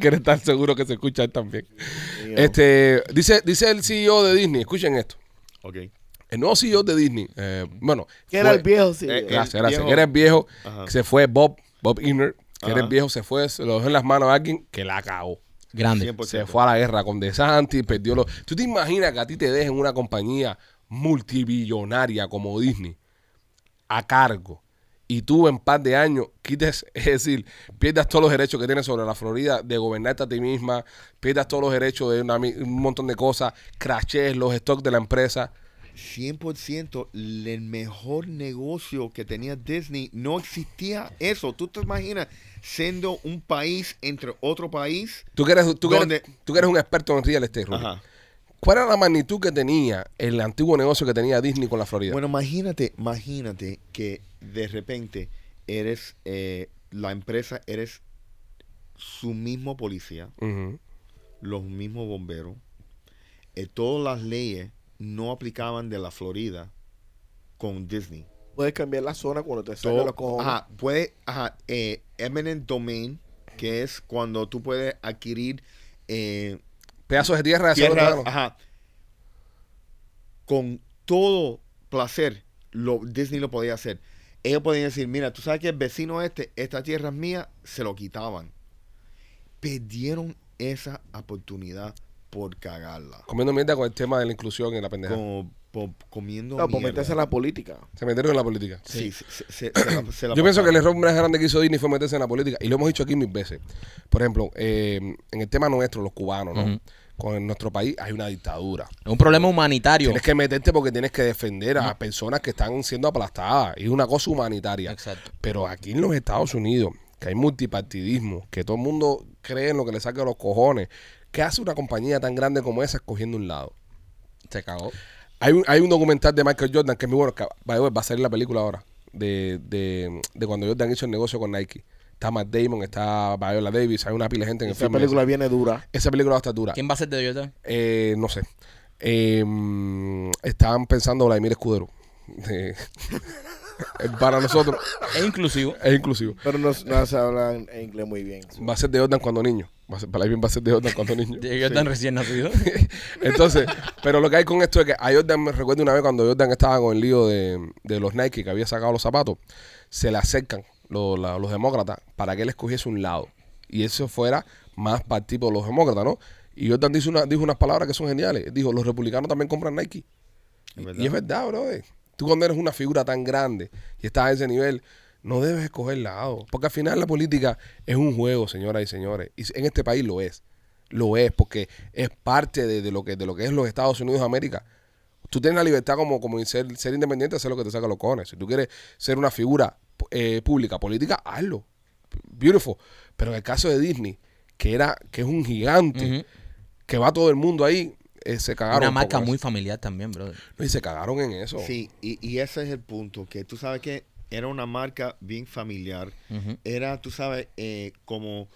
Quieres estar seguro que se escucha él también. Este, dice, dice el CEO de Disney, escuchen esto. Ok. El nuevo CEO de Disney, eh, bueno, Que era fue- el viejo, sí. Eh, eh. Gracias, gracias. viejo. Que era el viejo, Ajá. que se fue Bob, Bob Inner, que era el Ajá. viejo, se fue, se lo dejó en las manos a alguien que la cagó. Grande. 100%. Se fue a la guerra con DeSantis, perdió los... ¿Tú te imaginas que a ti te dejen una compañía multibillonaria como Disney a cargo y tú en par de años quites, es decir, pierdas todos los derechos que tienes sobre la Florida de gobernarte a ti misma, pierdas todos los derechos de una mi- un montón de cosas, crashes los stocks de la empresa 100% el mejor negocio que tenía Disney. No existía eso. Tú te imaginas siendo un país entre otro país. Tú que eres, tú que eres- ¿Dónde? tú que eres un experto en real estate, Rudy. Ajá. ¿Cuál era la magnitud que tenía el antiguo negocio que tenía Disney con la Florida? Bueno, imagínate, imagínate que de repente eres eh, la empresa, eres su mismo policía, Ujú. los mismos bomberos. eh, todas las leyes no aplicaban de la Florida con Disney. Puedes cambiar la zona cuando te salga Todo- los cojones. ajá, puede, ajá, eh, eminent domain, que es cuando tú puedes adquirir eh, Pedazos de tierra de tierra, Solo ajá. con todo placer, lo, Disney lo podía hacer. Ellos podían decir, mira, tú sabes que el vecino este, esta tierra es mía, se lo quitaban. Perdieron esa oportunidad por cagarla. Comiendo mierda con el tema de la inclusión en la pendeja. Como, por- comiendo No, por mierda. meterse en la política. Se metieron en la política. Sí, se- se- se- se la- se la Yo pienso que el pasaron. error más grande que hizo Disney fue meterse en la política. Y lo hemos dicho aquí mil veces. Por ejemplo, eh, en el tema nuestro, los cubanos, ¿no? Ujú. Con nuestro país hay una dictadura. Es un problema humanitario. Tienes que meterte porque tienes que defender a personas que están siendo aplastadas. Y es una cosa humanitaria. Exacto. Pero aquí en los Estados Unidos, que hay multipartidismo, que todo el mundo cree en lo que le saca los cojones, ¿qué hace una compañía tan grande como esa escogiendo un lado? Se cagó. Hay un, hay un documental de Michael Jordan que es muy bueno, que, by the way, va a salir la película ahora, de, de, de cuando Jordan hizo el negocio con Nike. Está Matt Damon, está Viola Davis, hay una pila de gente en el Esa filme. película ese. viene dura. Esa película va a estar dura. ¿Quién va a ser de Jordan? Eh, no sé. Eh, estaban pensando Vladimir Escudero. Eh, para nosotros Es inclusivo. es inclusivo. Pero no, no se habla en, en inglés muy bien. Va a ser de Jordan cuando niño. Va a ser, Vladimir va a ser de Jordan cuando niño. De Jordan recién nacido. Entonces, pero lo que hay con esto es que a Jordan me recuerdo una vez cuando Jordan estaba con el lío de, de los Nike que había sacado los zapatos, se le acercan lo- la- los demócratas para que él escogiese un lado. Y eso fuera más partido de los demócratas, ¿no? Y Jordan dice una, dijo unas palabras que son geniales. Dijo, los republicanos también compran Nike. Es Y es verdad, bro. Tú cuando eres una figura tan grande y estás a ese nivel, no debes escoger lado. Porque al final la política es un juego, señoras y señores. Y en este país lo es. Lo es, porque es parte de, de lo, que, de lo que es los Estados Unidos de América. Tú tienes la libertad como, como ser, ser independiente, hacer lo que te saca los cones. Si tú quieres ser una figura eh, pública, política, hazlo. Beautiful. Pero en el caso de Disney, que era que es un gigante, Ujú. que va todo el mundo ahí, eh, se cagaron. Una un poco marca en eso. muy familiar también, brother. No, Y se cagaron en eso. Sí, y, y ese es el punto, que tú sabes que era una marca bien familiar, Ujú. era, tú sabes, eh, como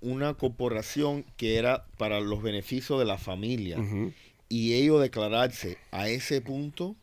una corporación que era para los beneficios de la familia, Ujú. y ellos declararse a ese punto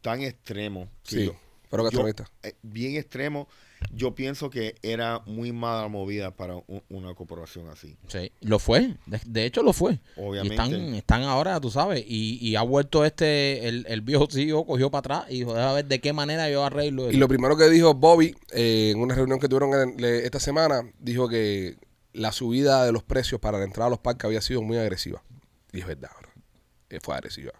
tan extremo. que Sí, yo- pero que yo- extremista. eh, bien extremo, yo pienso que era muy mala movida para u- una corporación así. Sí, lo fue. De, de hecho, lo fue. Obviamente. Y están, están ahora, tú sabes. Y, y ha vuelto este, el, el viejo CEO cogió para atrás y dijo, a ver de qué manera yo arreglo Y esto". lo primero que dijo Bobby eh, en una reunión que tuvieron en- le- esta semana, dijo que la subida de los precios para la entrada a los parques había sido muy agresiva. Y es verdad, bro. Eh, Fue agresiva.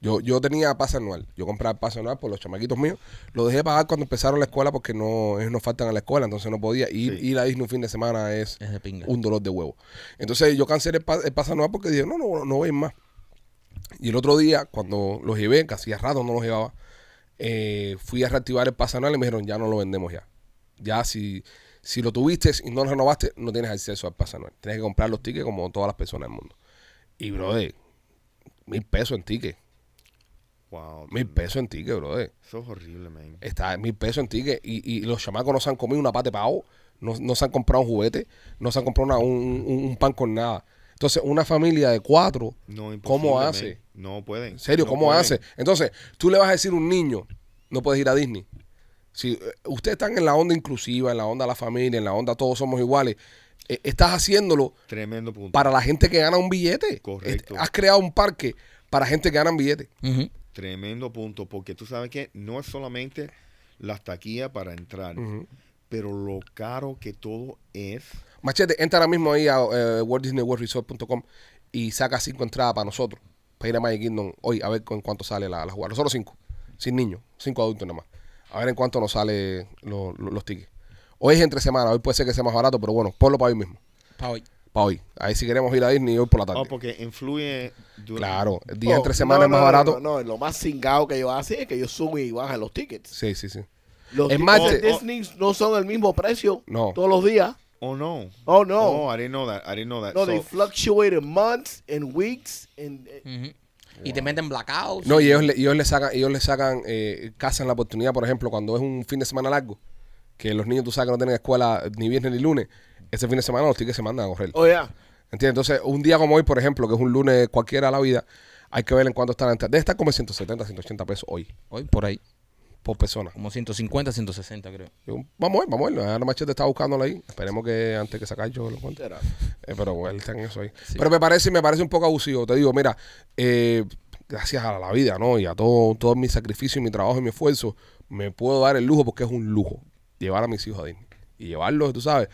Yo, yo tenía pase anual. Yo compraba el pase anual por los chamaquitos míos. Lo dejé pagar cuando empezaron la escuela porque no ellos no faltan a la escuela, entonces no podía. Y Sí. ir a Disney un fin de semana es, Es de pinga. un dolor de huevo. Entonces yo cancelé el, pa- el pase anual porque dije, no, no, no voy a ir más. Y el otro día, cuando los llevé, que hacía rato no los llevaba, eh, fui a reactivar el pase anual y me dijeron, ya no lo vendemos ya. Ya si, si lo tuviste y no lo renovaste, no tienes acceso al pase anual. Tienes que comprar los tickets como todas las personas del mundo. Y, brother, mil pesos en ticket. Wow, Mil pesos en ticket, brother. eso es horrible, man. Está mil pesos en ticket y, y los chamacos no se han comido una pata de pavo, no, no se han comprado un juguete, no se han comprado una- un, un- un pan con nada. Entonces, una familia de cuatro, No, ¿cómo imposible, hace? man. No pueden. En serio, ¿cómo hace? Entonces, tú le vas a decir a un niño, no puedes ir a Disney. Si eh, ustedes están en la onda inclusiva, en la onda de la familia, en la onda todos somos iguales, eh, estás haciéndolo Tremendo punto. para la gente que gana un billete. Correcto. Eh, Has creado un parque para gente que gana un billete. Ujú. Tremendo punto, porque tú sabes que no es solamente las taquillas para entrar, Ujú. pero lo caro que todo es. Machete, entra ahora mismo ahí a eh, WaltDisneyWorldResort.com y saca cinco entradas para nosotros, para ir a Magic Kingdom hoy, a ver con cuánto sale la, la jugada. Nosotros cinco, sin niños, cinco adultos nada más. A ver en cuánto nos sale lo- lo- los tickets. Hoy es entre semana, hoy puede ser que sea más barato, pero bueno, ponlo para hoy mismo. Pa' hoy. para hoy. Ahí sí queremos ir a Disney hoy por la tarde. Oh, porque influye durante- Claro, el día entre Oh, semana no, es más no, no, barato. No, no, lo más cingado que yo hacen es que ellos suben y bajan los tickets. Sí, sí, sí. Los Es tickets más, de te- Disney no son el mismo precio No. todos los días. Oh no. Oh, no. Oh, I didn't know that. I didn't know that. No, So- they fluctuate in months and weeks and eh, Ujú. Y te meten blackouts. No, y ellos le, ellos le sacan, ellos le sacan, eh, cazan la oportunidad, por ejemplo, cuando es un fin de semana largo, que los niños, tú sabes, que no tienen escuela ni viernes ni lunes, ese fin de semana los tickets se mandan a correr. oh yeah. ¿Entiendes? Entonces, un día como hoy, por ejemplo, que es un lunes cualquiera de la vida, hay que ver en cuánto están. las entradas. Debe estar como en 170, 180 pesos hoy, Hoy por ahí, por persona. como 150, 160 creo. Yo, vamos a ver, vamos a ver. Ahora Machete está buscándolo ahí. Esperemos que antes que sacar yo lo encuentre. Será. Eh, pero bueno, él está en eso ahí. Pero me parece, me parece un poco abusivo. Te digo, mira, eh, gracias a la vida, ¿no? Y a todo, todo mi sacrificio, y mi trabajo y mi esfuerzo, me puedo dar el lujo porque es un lujo llevar a mis hijos a Disney. Y llevarlos, tú sabes.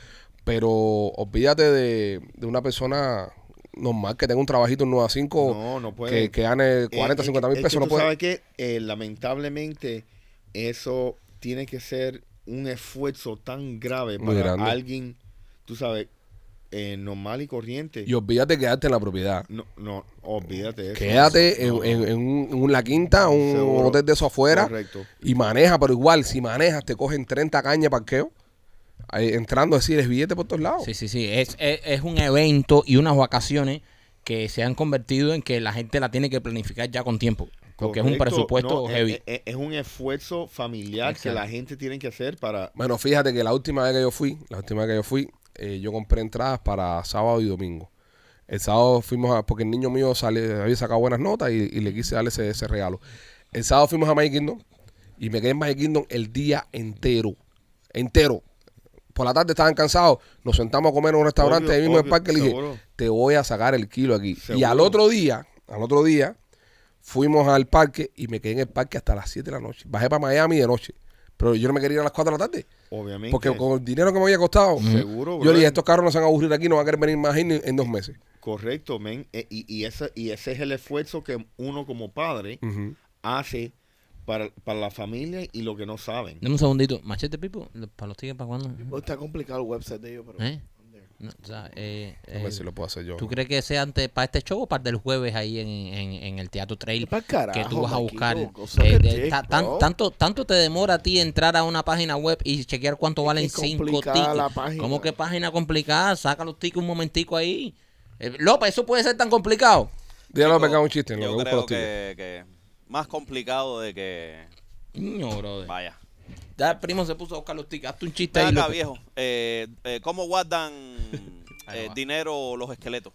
Pero olvídate de, de una persona normal que tenga un trabajito en 9 a 5 No, no puede. que, que gane Eh, 40, es 50 que- mil es pesos. que no tú puede. sabes que eh, lamentablemente eso tiene que ser un esfuerzo tan grave Muy para grande. alguien, tú sabes, eh, normal y corriente. Y olvídate de quedarte en la propiedad. no, no, olvídate. de eso. Quédate en, No, no. en- en un, en un- la quinta, Ah, un Seguro. hotel de eso afuera. Correcto. Y maneja, pero igual, si manejas, te cogen 30 cañas de parqueo. ahí entrando así, eres billete por todos Oh. lados. Sí, sí, sí. Es, es, es un evento y unas vacaciones que se han convertido en que la gente la tiene que planificar ya con tiempo. Porque es un Correcto, presupuesto no, eh, es- heavy. Es, es un esfuerzo familiar que la gente tiene que hacer para... Bueno, fíjate que la última vez que yo fui, la última vez que yo fui, eh, yo compré entradas para sábado y domingo. El sábado fuimos a, porque el niño mío sale, había sacado buenas notas y, y le quise darle ese, ese regalo. El sábado fuimos a Magic Kingdom y me quedé en Magic Kingdom el día entero. Entero. Por la tarde estaban cansados, nos sentamos a comer en un restaurante Obvio, ahí mismo en el obvio, parque. Le dije, seguro. te voy a sacar el kilo aquí. Y al Seguro. otro día, al otro día, fuimos al parque y me quedé en el parque hasta las 7 de la noche. Bajé para Miami de noche. Pero yo no me quería ir a las 4 de la tarde. Obviamente. Porque con el dinero que me había costado, Seguro, yo brother. le dije, estos carros no se van a aburrir aquí, no van a querer venir más en, en dos meses. Correcto, men. E- y, y, esa- y ese es el esfuerzo que uno como padre Ujú. hace para, para la familia y lo que no saben. Dame un segundito. Machete, Pipo, lo- para los tickets, ¿para cuándo? oh, Está complicado el website de ellos, pero ¿Eh? No, o sea, eh, A eh, ver si lo puedo hacer yo. ¿Tú crees que sea antes para este show o para el del jueves ahí en, en- en el Teatro Trail? Pa'l carajo, que tú vas a Marquito, buscar. cosa Eh, de de- Jake, ta- tan- bro. tanto, tanto te demora a ti entrar a una página web y chequear cuánto valen es cinco complicada tickets. la página. ¿Cómo que página complicada? Saca los tickets un momentico ahí. Eh, López, ¿eso puede ser tan complicado? Dígalo Chico, me cago un chiste, en lo yo que busco creo los tickets. que, que más complicado de que No, brother. vaya. Ya el primo se puso a buscar los tickets. Hazte un chiste Ven ahí, acá, López. viejo. Eh, eh, ¿Cómo guardan Ahí eh, va. dinero los esqueletos?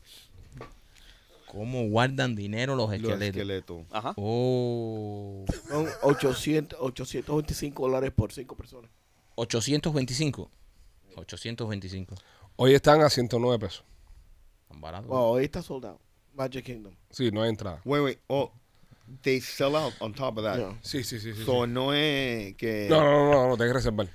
¿Cómo guardan dinero los Los esqueletos? esqueletos. Ajá. Oh. son 800, 825 dólares por cinco personas. 825. 825. Hoy están a 109 pesos. Tan barato. Wow, hoy está soldado. Magic Kingdom. Sí, no hay entrada. Wait, wait. Oh, they sell out on top of that. Yeah. Sí, sí, sí. sí, So sí. no es que. No, no, no, no, no, tenés que reservar.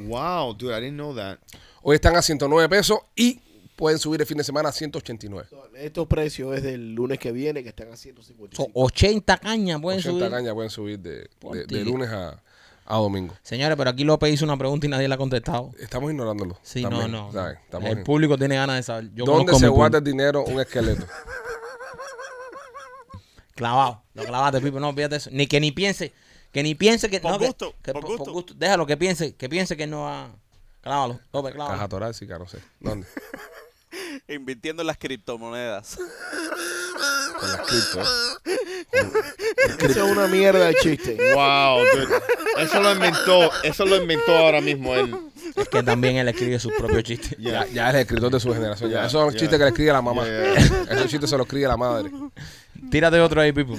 Wow, dude, I didn't know that. Hoy están a 109 pesos y pueden subir el fin de semana a 189. Estos precios es del lunes que viene que están a 155. Son 80 cañas pueden 80 subir. cañas pueden subir de, de- de Ponte. lunes a, a domingo. Señores, pero aquí López hizo una pregunta y nadie la ha contestado. Estamos ignorándolo. Sí, también, no, no. ¿sabes? Estamos el en- público tiene ganas de saber. Yo ¿Dónde conozco a se mi guarda el público. dinero un esqueleto? Clavado. Lo clavaste, Pipo. No, olvídate eso. Ni que ni piense. Que ni piense que. Por no, que- gusto, que por gusto. Déjalo que piense. Que piense que no va. Clávalo. López, Caja clávalo. torácica, no sé. ¿Dónde? Invirtiendo en las criptomonedas. Con las cripto. ¿eh? Eso es una mierda de chiste. Wow, dude. Eso lo inventó. Eso lo inventó ahora mismo él. Es que también él escribe sus propios chistes. Ya, Yeah. ya es el escritor de su generación. ya. Ya, Esos son los ya. chistes que le escribe la mamá. Ya, Esos chistes se los escribe la madre. Tírate otro ahí, Pipo.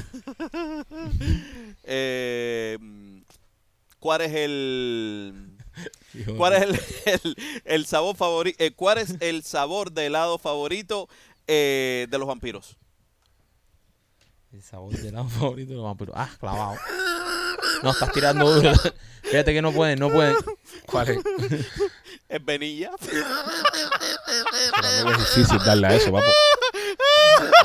Eh, ¿Cuál es el. ¿Cuál es el, el- el sabor favorito? ¿Cuál es el sabor de helado favorito eh, de los vampiros? El sabor de helado favorito de los vampiros. Ah, clavado. No, estás tirando duro. Fíjate que no pueden, no pueden. ¿Cuál es? ¿Es vainilla? También es difícil darle a eso, papo.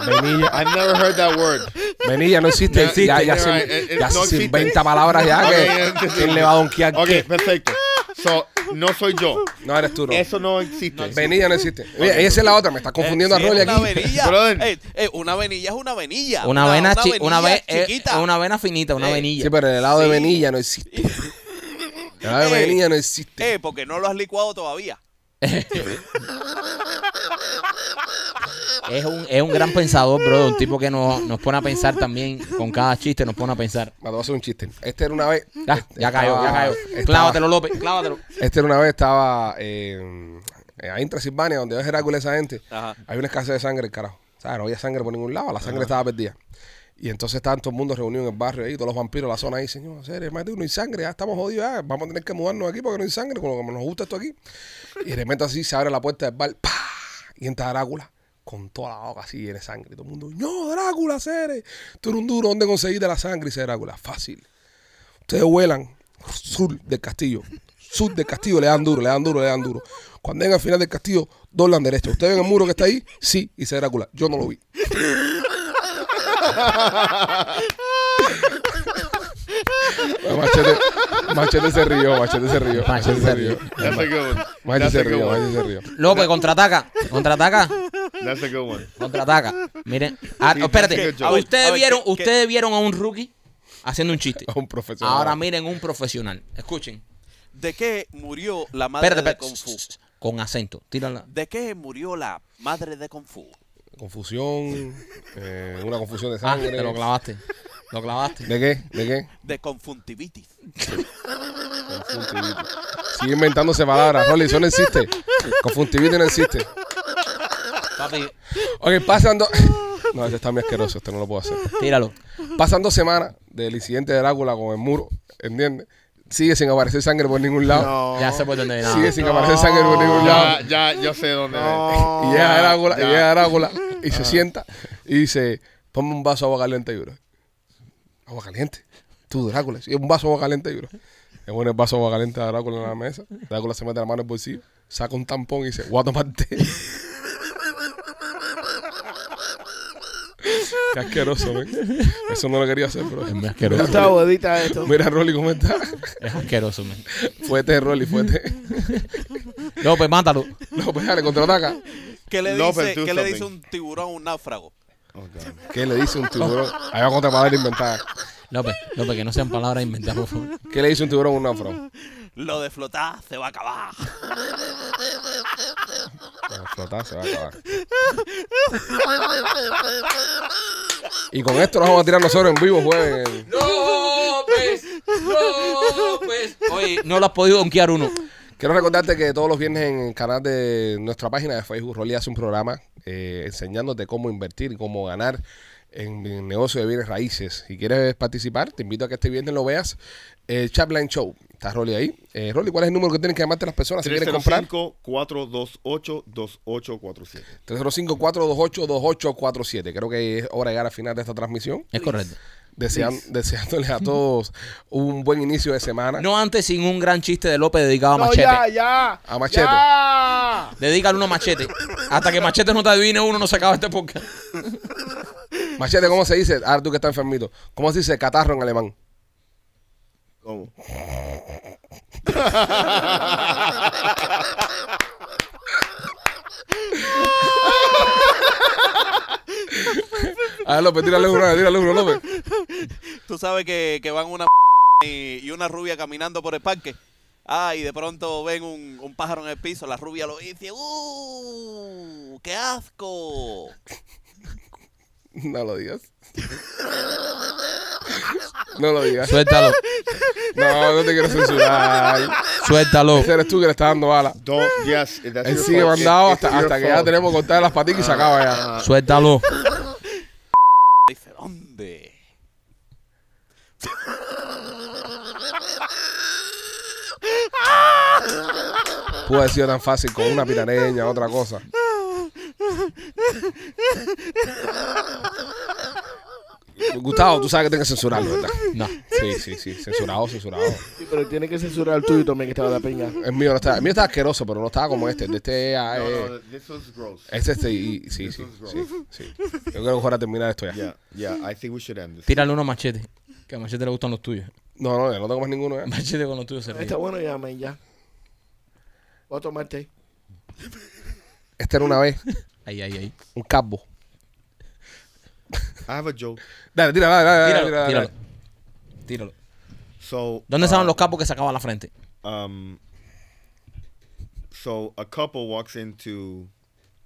Venilla, I've never heard that word. venilla no existe. No existe, ya ya no, se, eh, eh, ya no se existe. inventa palabras ya. Ok, que- ya entendí. ¿Quién le va a donkear Ok, qué? perfecto. So, no soy yo. No eres tú, no. Eso no existe. Venilla no existe. Oye, esa es la otra, me estás confundiendo Eh, sí, a Rolly una aquí. Venilla, Brother. Eh, eh, una venilla es una venilla. Una vena, chi- una venilla ve- eh, chiquita. una vena finita, una Eh, venilla. Sí, pero el helado de Sí. venilla no existe. El helado de Eh, venilla no existe. Eh, porque no lo has licuado todavía. Es un, es un gran pensador, bro. Un tipo que nos, nos pone a pensar también. Con cada chiste nos pone a pensar. Me voy a hacer un chiste. Este era una vez. Ya, Ah, ya cayó, ya cayó. Estaba- Clávatelo, López, clávatelo. Este era una vez estaba eh, eh, ahí en Transilvania, donde es Herácules esa gente. Ajá. Hay una escasez de sangre, carajo. ¿Sabes? No había sangre por ningún lado, la sangre estaba perdida. Y entonces estaban todo el mundo reunido en el barrio ahí, todos los vampiros de la zona ahí, señor, serio, más de uno hay sangre, ya estamos jodidos, ya, vamos a tener que mudarnos aquí porque no hay sangre, como, como nos gusta esto aquí. Y de repente así se abre la puerta del bar, ¡pah! y entra Drácula con toda la boca así llena de sangre. Y todo el mundo, no, Drácula, Cere, tú eres un duro, ¿dónde conseguiste la sangre? Y dice Drácula, fácil. Ustedes vuelan sur del castillo. Sur del castillo, le dan duro, le dan duro, le dan duro. Cuando lleguen al final del castillo, doblan derecho. ¿Ustedes ven el muro que está ahí? Sí, dice Drácula. Yo no lo vi. Bueno, machete, machete se rió, machete se rió. Machete se rió. That's a good one. Machete That's se a good rió, one. machete se rió. López, contraataca, contraataca, That's a good one. contraataca. Miren, ah, Sí, espérate, es que yo- a ustedes ver, vieron, ¿qué- ustedes vieron a un rookie haciendo un chiste. Es un profesional. Ahora miren un profesional. Escuchen. ¿De qué murió la madre Espérate, de espérate. Kung Fu? Con acento. Tírala. ¿De qué murió la madre de Kung Fu? Confusión, eh, una confusión de Ah, sangre. te lo clavaste. Lo clavaste. ¿De qué? ¿De qué? De conjuntivitis. Conjuntivitis. Sigue inventándose palabras. Rolly, eso no existe. Conjuntivitis no existe. Papi, Ok, pasan dos. No, este está muy asqueroso, este no lo puedo hacer. tíralo. Pasan dos semanas del incidente de Drácula con el muro, ¿entiendes? Sigue sin aparecer sangre por ningún lado. No. Ya sé por dónde viene. Ah, Sigue sin aparecer sangre por ningún Ya, lado. ya, yo sé dónde. Y llega Drácula, y ya. llega Drácula, y se sienta y dice: Ponme un vaso de agua caliente y bro. Agua caliente. Tú, Drácula. Sí, un vaso de agua caliente y bro. Es bueno el vaso de agua caliente de Drácula en la mesa. Drácula se mete la mano en el bolsillo, saca un tampón y dice: Voy a tomar té". Qué asqueroso, ¿ven? Eso no lo quería hacer, bro. Es muy Gustavo, asqueroso. edita esto. Mira, Rolly, ¿cómo está? Es asqueroso, man. Fuete, Rolly, fuete. López, mátalo. No, pues dale, contraataca. ¿Qué le López, dice, do ¿qué le something. dice un tiburón a un náufrago? Oh, God. ¿Qué le dice un tiburón? Ahí va contra palabra inventada. López, López, que no sean palabras inventadas, por favor. ¿Qué le dice un tiburón a un náufrago? Lo de flotar se va a acabar. Bueno, Flotar se va a acabar. Y con esto nos vamos a tirar nosotros en vivo jueves. en el- López, López. Oye, Eh, no lo has podido donkear uno. Quiero recordarte que todos los viernes en el canal de nuestra página de Facebook, Rolly hace un programa eh, enseñándote cómo invertir y cómo ganar en el negocio de bienes raíces. Si quieres participar, te invito a que este viernes lo veas. El Chapline Show. Está Rolly ahí. Eh, Rolly, ¿cuál es el número que tienen que llamarte las personas si quieren comprar? 305-428-2847. 305-428-2847. Creo que es hora de llegar al final de esta transmisión. Es correcto. Desean- deseándoles a todos un buen inicio de semana. No antes sin un gran chiste de López dedicado a No, Machete. ya, ya. A Machete. Ya. Dedícalo uno a Machete. Hasta que Machete no te adivine uno, no se acaba este podcast. Machete, ¿cómo se dice? Ahora tú que estás enfermito. ¿Cómo se dice catarro en alemán? ¿Cómo? A ver, Ah, López, tírale uno, tírale uno, López. Tú sabes que, que van una y, y una rubia caminando por el parque. Ah, y de pronto ven un, un pájaro en el piso, la rubia lo dice, ¡uh! ¡Qué asco! No lo digas. No lo digas. Suéltalo, No, no te quiero censurar. suéltalo. Ese eres tú que le estás dando bala. Don't, yes, that's Él your sigue fault. mandado It's hasta, your hasta que ya fault. Ah, tenemos cortadas las patitas y se acaba ya. Suéltalo. Dice, ¿dónde? ah. Pudo haber sido tan fácil con una piraneña, otra cosa. Gustavo, tú sabes que tengo que censurarlo, ¿verdad? No. Sí, sí, sí. Censurado, censurado. Sí, pero tiene que censurar el tuyo también, que estaba la pinga. El mío no está, el mío está asqueroso, pero no estaba como este. El de este ah, No, eh, no, this was gross. Este, este, y, sí, sí, sí, sí. Yo creo que ahora terminar esto ya. Yeah, yeah, I think we should end this. Tírale uno a Machete. Que a Machete le gustan los tuyos. No, no, ya no tengo más ninguno. ¿eh? ya. Machete con los tuyos se ríe. Está bueno ya, men, ya. Otro martes. Esta Este era una vez Ahí, ahí, ahí. un casbo. I have a joke. Dale, tira, dale, dale, dale, Tíralo, tira, dale. tíralo. Tíralo. So ¿Dónde uh, estaban los capos que sacaba la frente? Um, so a couple walks into.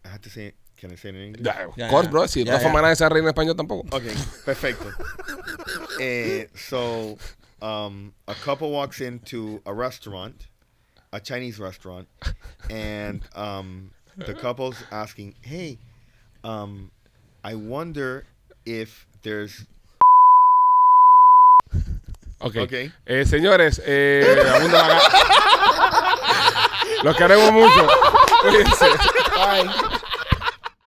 I have to say. Can I say it in English? Ya, of Ya, course, ya. bro. Si de Ya, todas ya. formas nadie se reír en español tampoco. Okay, perfecto. Eh, so, um, a couple walks into a restaurant, a Chinese restaurant, and um, the couple's asking, "Hey, um, I wonder if there's Ok. Ok. Eh, señores, eh, abunda la gata. Los queremos mucho. Cuídense. Bye.